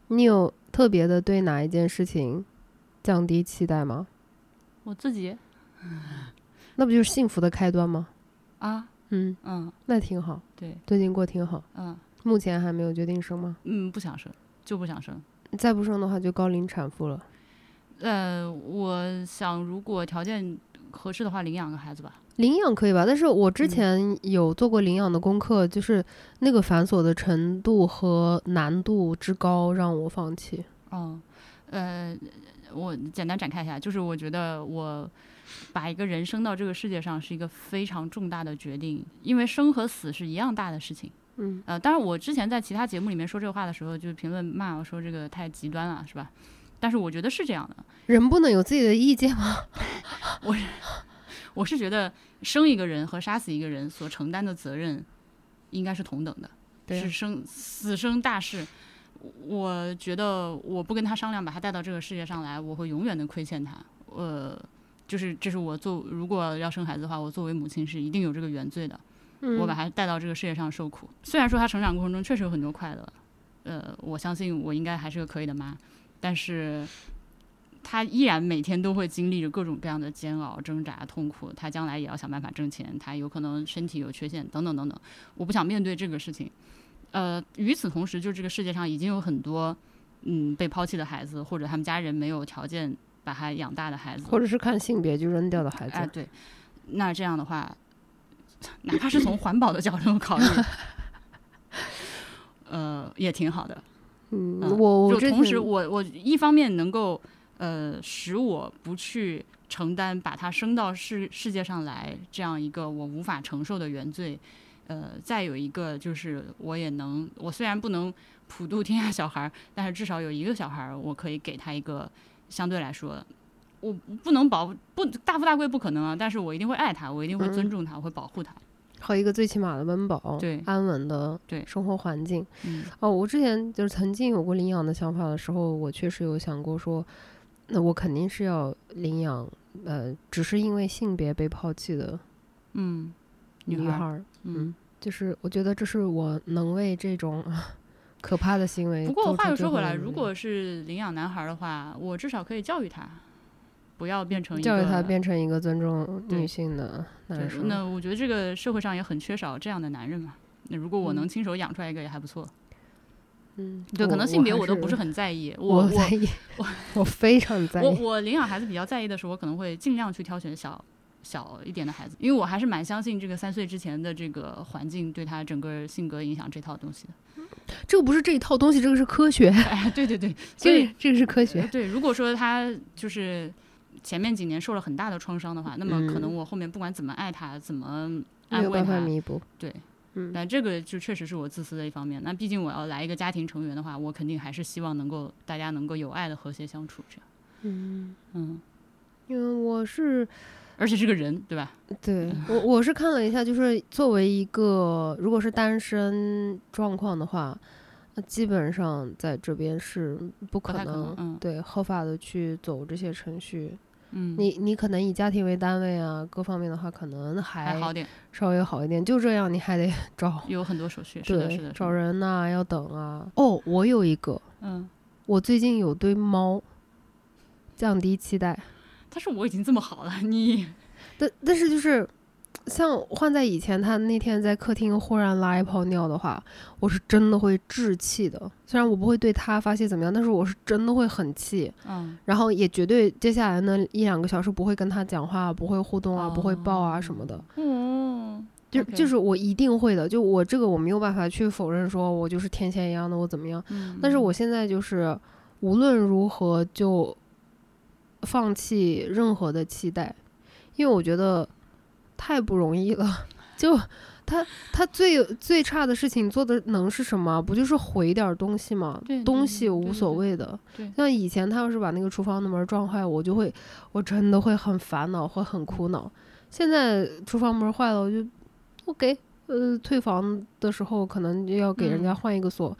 你有特别的对哪一件事情降低期待吗？我自己那不就是幸福的开端吗？啊，嗯，嗯，那挺好，对，最近过挺好。嗯目前还没有决定生吗？嗯，不想生就不想生。再不生的话就高龄产妇了。呃，我想如果条件合适的话，领养个孩子吧。领养可以吧？但是我嗯之前有做过领养的功课，就是那个繁琐的程度和难度之高让我放弃。哦，呃，我简单展开一下，就是我觉得我把一个人生到这个世界上是一个非常重大的决定，因为生和死是一样大的事情。嗯，呃，当然我之前在其他节目里面说这个话的时候，就是评论骂我说这个太极端了，是吧？但是我觉得是这样的，人不能有自己的意见吗？ 我是觉得生一个人和杀死一个人所承担的责任应该是同等的，对啊是生死生大事。我觉得我不跟他商量，把他带到这个世界上来，我会永远的亏欠他。呃，就是这是我做，如果要生孩子的话，我作为母亲是一定有这个原罪的。我把他带到这个世界上受苦，虽然说他成长过程中确实有很多快乐，呃，我相信我应该还是个可以的妈，但是他依然每天都会经历着各种各样的煎熬、挣扎、痛苦。他将来也要想办法挣钱，他有可能身体有缺陷，等等等等。我不想面对这个事情。呃，与此同时，就这个世界上已经有很多嗯被抛弃的孩子，或者他们家人没有条件把他养大的孩子，或者是看性别就扔掉的孩子，哎，对，那这样的话，哪怕是从环保的角度考虑，呃，也挺好的。嗯，嗯我我就之同前时我，我一方面能够呃，使我不去承担把他生到世世界上来这样一个我无法承受的原罪。呃，再有一个就是，我也能，我虽然不能普渡天下小孩儿，但是至少有一个小孩儿，我可以给他一个相对来说，我不能保不大富大贵不可能啊，但是我一定会爱他，我一定嗯会尊重他，我会保护他。还有一个最起码的温饱，对安稳的对生活环境。嗯哦，我之前就是曾经有过领养的想法的时候，我确实有想过说，那我肯定是要领养，呃，只是因为性别被抛弃的嗯，女女孩孩儿，儿，嗯。就是我觉得这是我能为这种 啊可怕的行为。不过话又说回来，如果是领养男孩儿的话，我至少可以教育他，不要变成一嗯个教育他变成一个尊重对女性的男对。生，那我觉得这个社会上也很缺少这样的男人嘛。那如果我能亲手养出来一个，也还不错。嗯，对，可能性别我都不是 是很在意。我我我在意，我非常在我意。我领养孩子比较在意的是，我可能会尽量去挑选小小一点的孩子，因为我还是蛮相信这个三岁之前的这个环境对他整个性格影响这套 东西的。 这个不是这一套东西，这个是科学，哎，对对对，所这以个这个是科呃学。对，如果说他就是前面几年受了很大的创伤的话，那么可能我后面不管怎么爱他，怎么嗯没安有慰办法他，弥补，对，嗯但这个就确实是我自私的一方面。那毕竟我要来一个家庭成员的话，我肯定还是希望能够大家能够有爱的和谐相处，这样，嗯，嗯，因为我是而且是个人，对吧？对嗯我，我是看了一下，就是作为一个如果是单身状况的话，那基本上在这边是不可太可能能嗯对合法的去走这些程序。嗯，你你可能以家庭为单位啊，各方面的话可能还还好点，稍微好一点，就这样你还得找 有很多手续，是的，是对的，找人呐、要等啊。哦，我有一个，嗯。我最近有对猫降低期待。但是我已经这么好了，你但但是就是，像换在以前，他那天在客厅忽然拉一泡尿的话，我是真的会置气的。虽然我不会对他发泄怎么样，但是我是真的会很气，嗯，然后也绝对接下来那一两个小时不会跟他讲话，不会互动啊，不会抱啊什么的。哦，就 OK 就是我一定会的，就我这个我没有办法去否认，说我就是天线一样的，我怎么样。嗯，但是我现在就是无论如何就放弃任何的期待，因为我觉得太不容易了。 就他他最最差的事情做的能是什么？不就是毁点儿东西吗对？东对西无对所对谓的对。像以前他要是把那个厨房的门撞坏，我就会我真的会很烦恼，会很苦恼。现在厨房门坏了，我就 OK。呃，退房的时候可能就要给人家嗯换一个锁，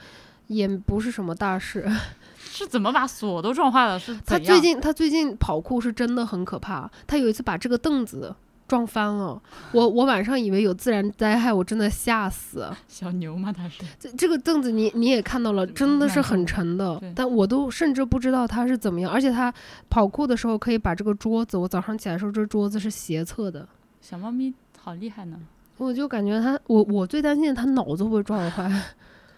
也不是什么大事。 是怎么把锁都撞坏了？是他怎最样？近他最近跑酷是真的很可怕。他有一次把这个凳子撞翻了，我我晚上以为有自然灾害，我真的吓死。小牛吗？他是这这个凳子你你也看到了，真的是很沉的对，但我都甚至不知道它是怎么样。而且他跑酷的时候可以把这个桌子，我早上起来的时候这桌子是斜侧的。小猫咪好厉害呢！我就感觉他，我我最担心他脑子会不会撞坏，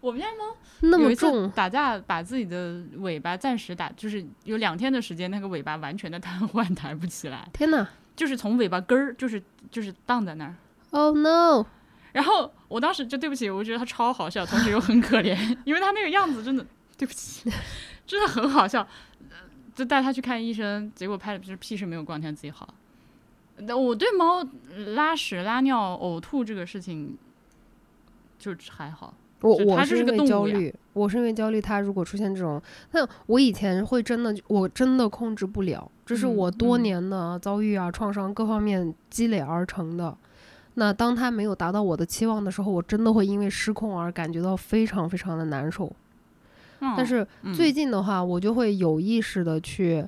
我们家猫那有么一次重，打架，把自己的尾巴暂时打，就是有两天的时间，那个尾巴完全的 瘫痪，抬不起来，天哪就是从尾巴根儿，就是就是荡在那儿。 ！Oh no！然后我当时就对不起，我觉得它超好笑，同时又很可 怜，因为它那个样子真的 对不起，真的很好笑。呃就带它去看医生，结果拍了就是屁事没有，过两天自己好了。那我对猫拉屎、拉尿、呕吐这个事情，就是还好。我就我它是就是因个为动焦物呀虑，我是因为焦虑，它如果出现这种，那我以前会真的，我真的控制不了，这是嗯我多嗯年的遭遇啊、创伤各方面积累而成的。那当它没有达到我的期望的时候，我真的会因为失控而感觉到非常非常的难受。嗯但是最近的话，我就会有意识的去，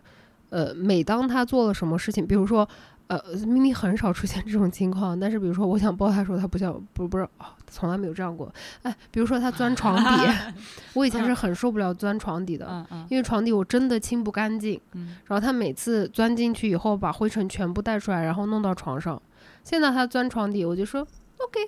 呃，每当他做了什么事情，比如说，呃，明明很少出现这种情况，但是比如说我想抱他的时候，他不想，不不是、哦，从来没有这样过。哎，比如说他钻床底， 我以前是很受不了钻床底的，嗯嗯因为床底我真的清不干净。嗯然后他每次钻进去以后，把灰尘全部带出来，然后弄到床上。现在他钻床底，我就说 OK，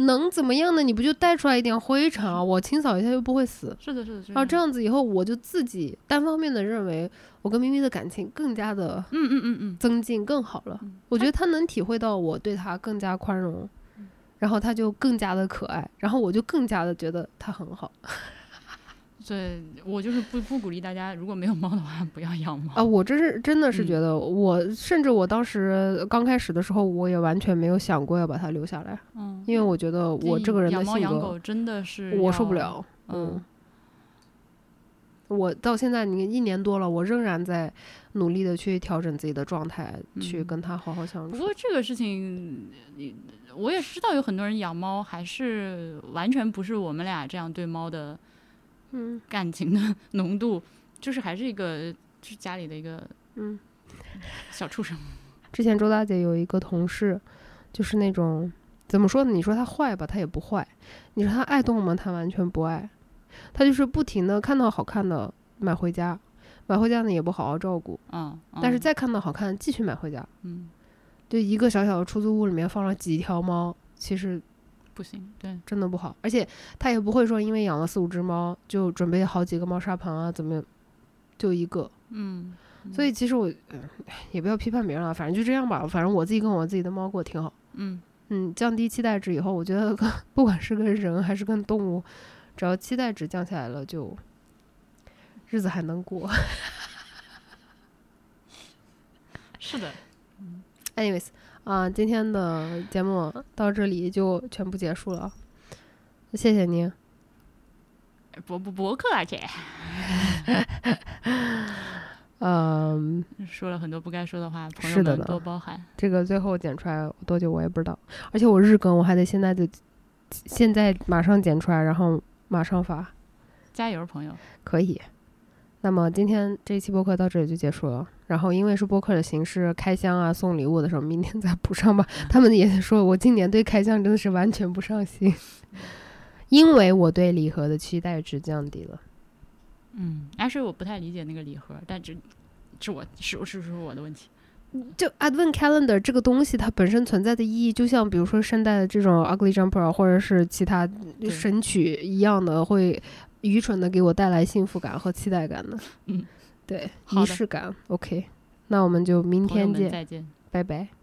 能怎么样呢？你不就带出来一点灰尘啊？我清扫一下又不会死。是的，是的，是的。然后这，样子以后，我就自己单方面的认为我跟咪咪的感情更加的嗯嗯嗯嗯，增进更好了。嗯我觉得他能体会到我对他更加宽容，然后他就更加的可爱，然后我就更加的觉得他很好哦对我就是不不鼓励大家，如果没有猫的话， 不要养猫。啊！我这是真的是觉嗯得我，甚至我当时刚开始的时候，我也完全没有想过要把它留下来，嗯，因为我觉得哦我这个人的养猫性养格狗真的是我受不要。了，嗯嗯。我到现在，你一年多了，我仍然在努力的去调整自己的状态，去嗯跟他好好相不处。过这个事情，呃我也知道有很多人养猫还是完全不是我们俩这样对猫的嗯感情的浓度，就是还是一个就是家里的一个嗯，小畜生。之前周大姐有一个同事，就是那种怎么说呢？你说她坏吧，她也不坏；你说她爱动吗？她完全不爱。她就是不停的看到好看的买回家，买回家呢也不好好照顾，嗯，嗯但是再看到好看继续买回家。嗯就一个小小的出租屋里面放了几条猫，其实不行，对，真的不好。而且她也不会说因为养了四五只猫就准备好几个猫砂盆啊，怎么就一个。嗯，所以其实我、嗯也不要批判别人啊了，反正就这样吧。反正我自己跟我自己的猫过挺好。嗯嗯，降低期待值以后，我觉得跟 不管是跟人还是跟动物，只要期待值降下来了，就日子还能过。是的， Anyways，啊、今天的节目到这里就全部结束了，啊谢谢您。博不博客啊，姐 嗯，说了很多不该说的话，朋友是的们呢多包涵。这个最后剪出来多久我也不知道，而且我日更，我还得现在就现在马上剪出来，然后马上发。加油，朋友！可以。那么今天这一期播客到这里就结束了。然后因为是播客的形式，开箱啊、送礼物的时候，明天再补上吧。他们也说我今年对开箱真的是完全不上心，因为我对礼盒的期待值降低了。嗯，阿水，我不太理解那个礼盒，但这是我是是是我的问题。就 Advent Calendar 这个东西，它本身存在的意义，就像比如说圣代的这种 Ugly Jumper 啊或者是其他神曲一样的，会愚蠢的给我带来幸福感和期待感的。嗯，对，好仪的式感。OK，那我们就明朋友天们见，再见。拜拜。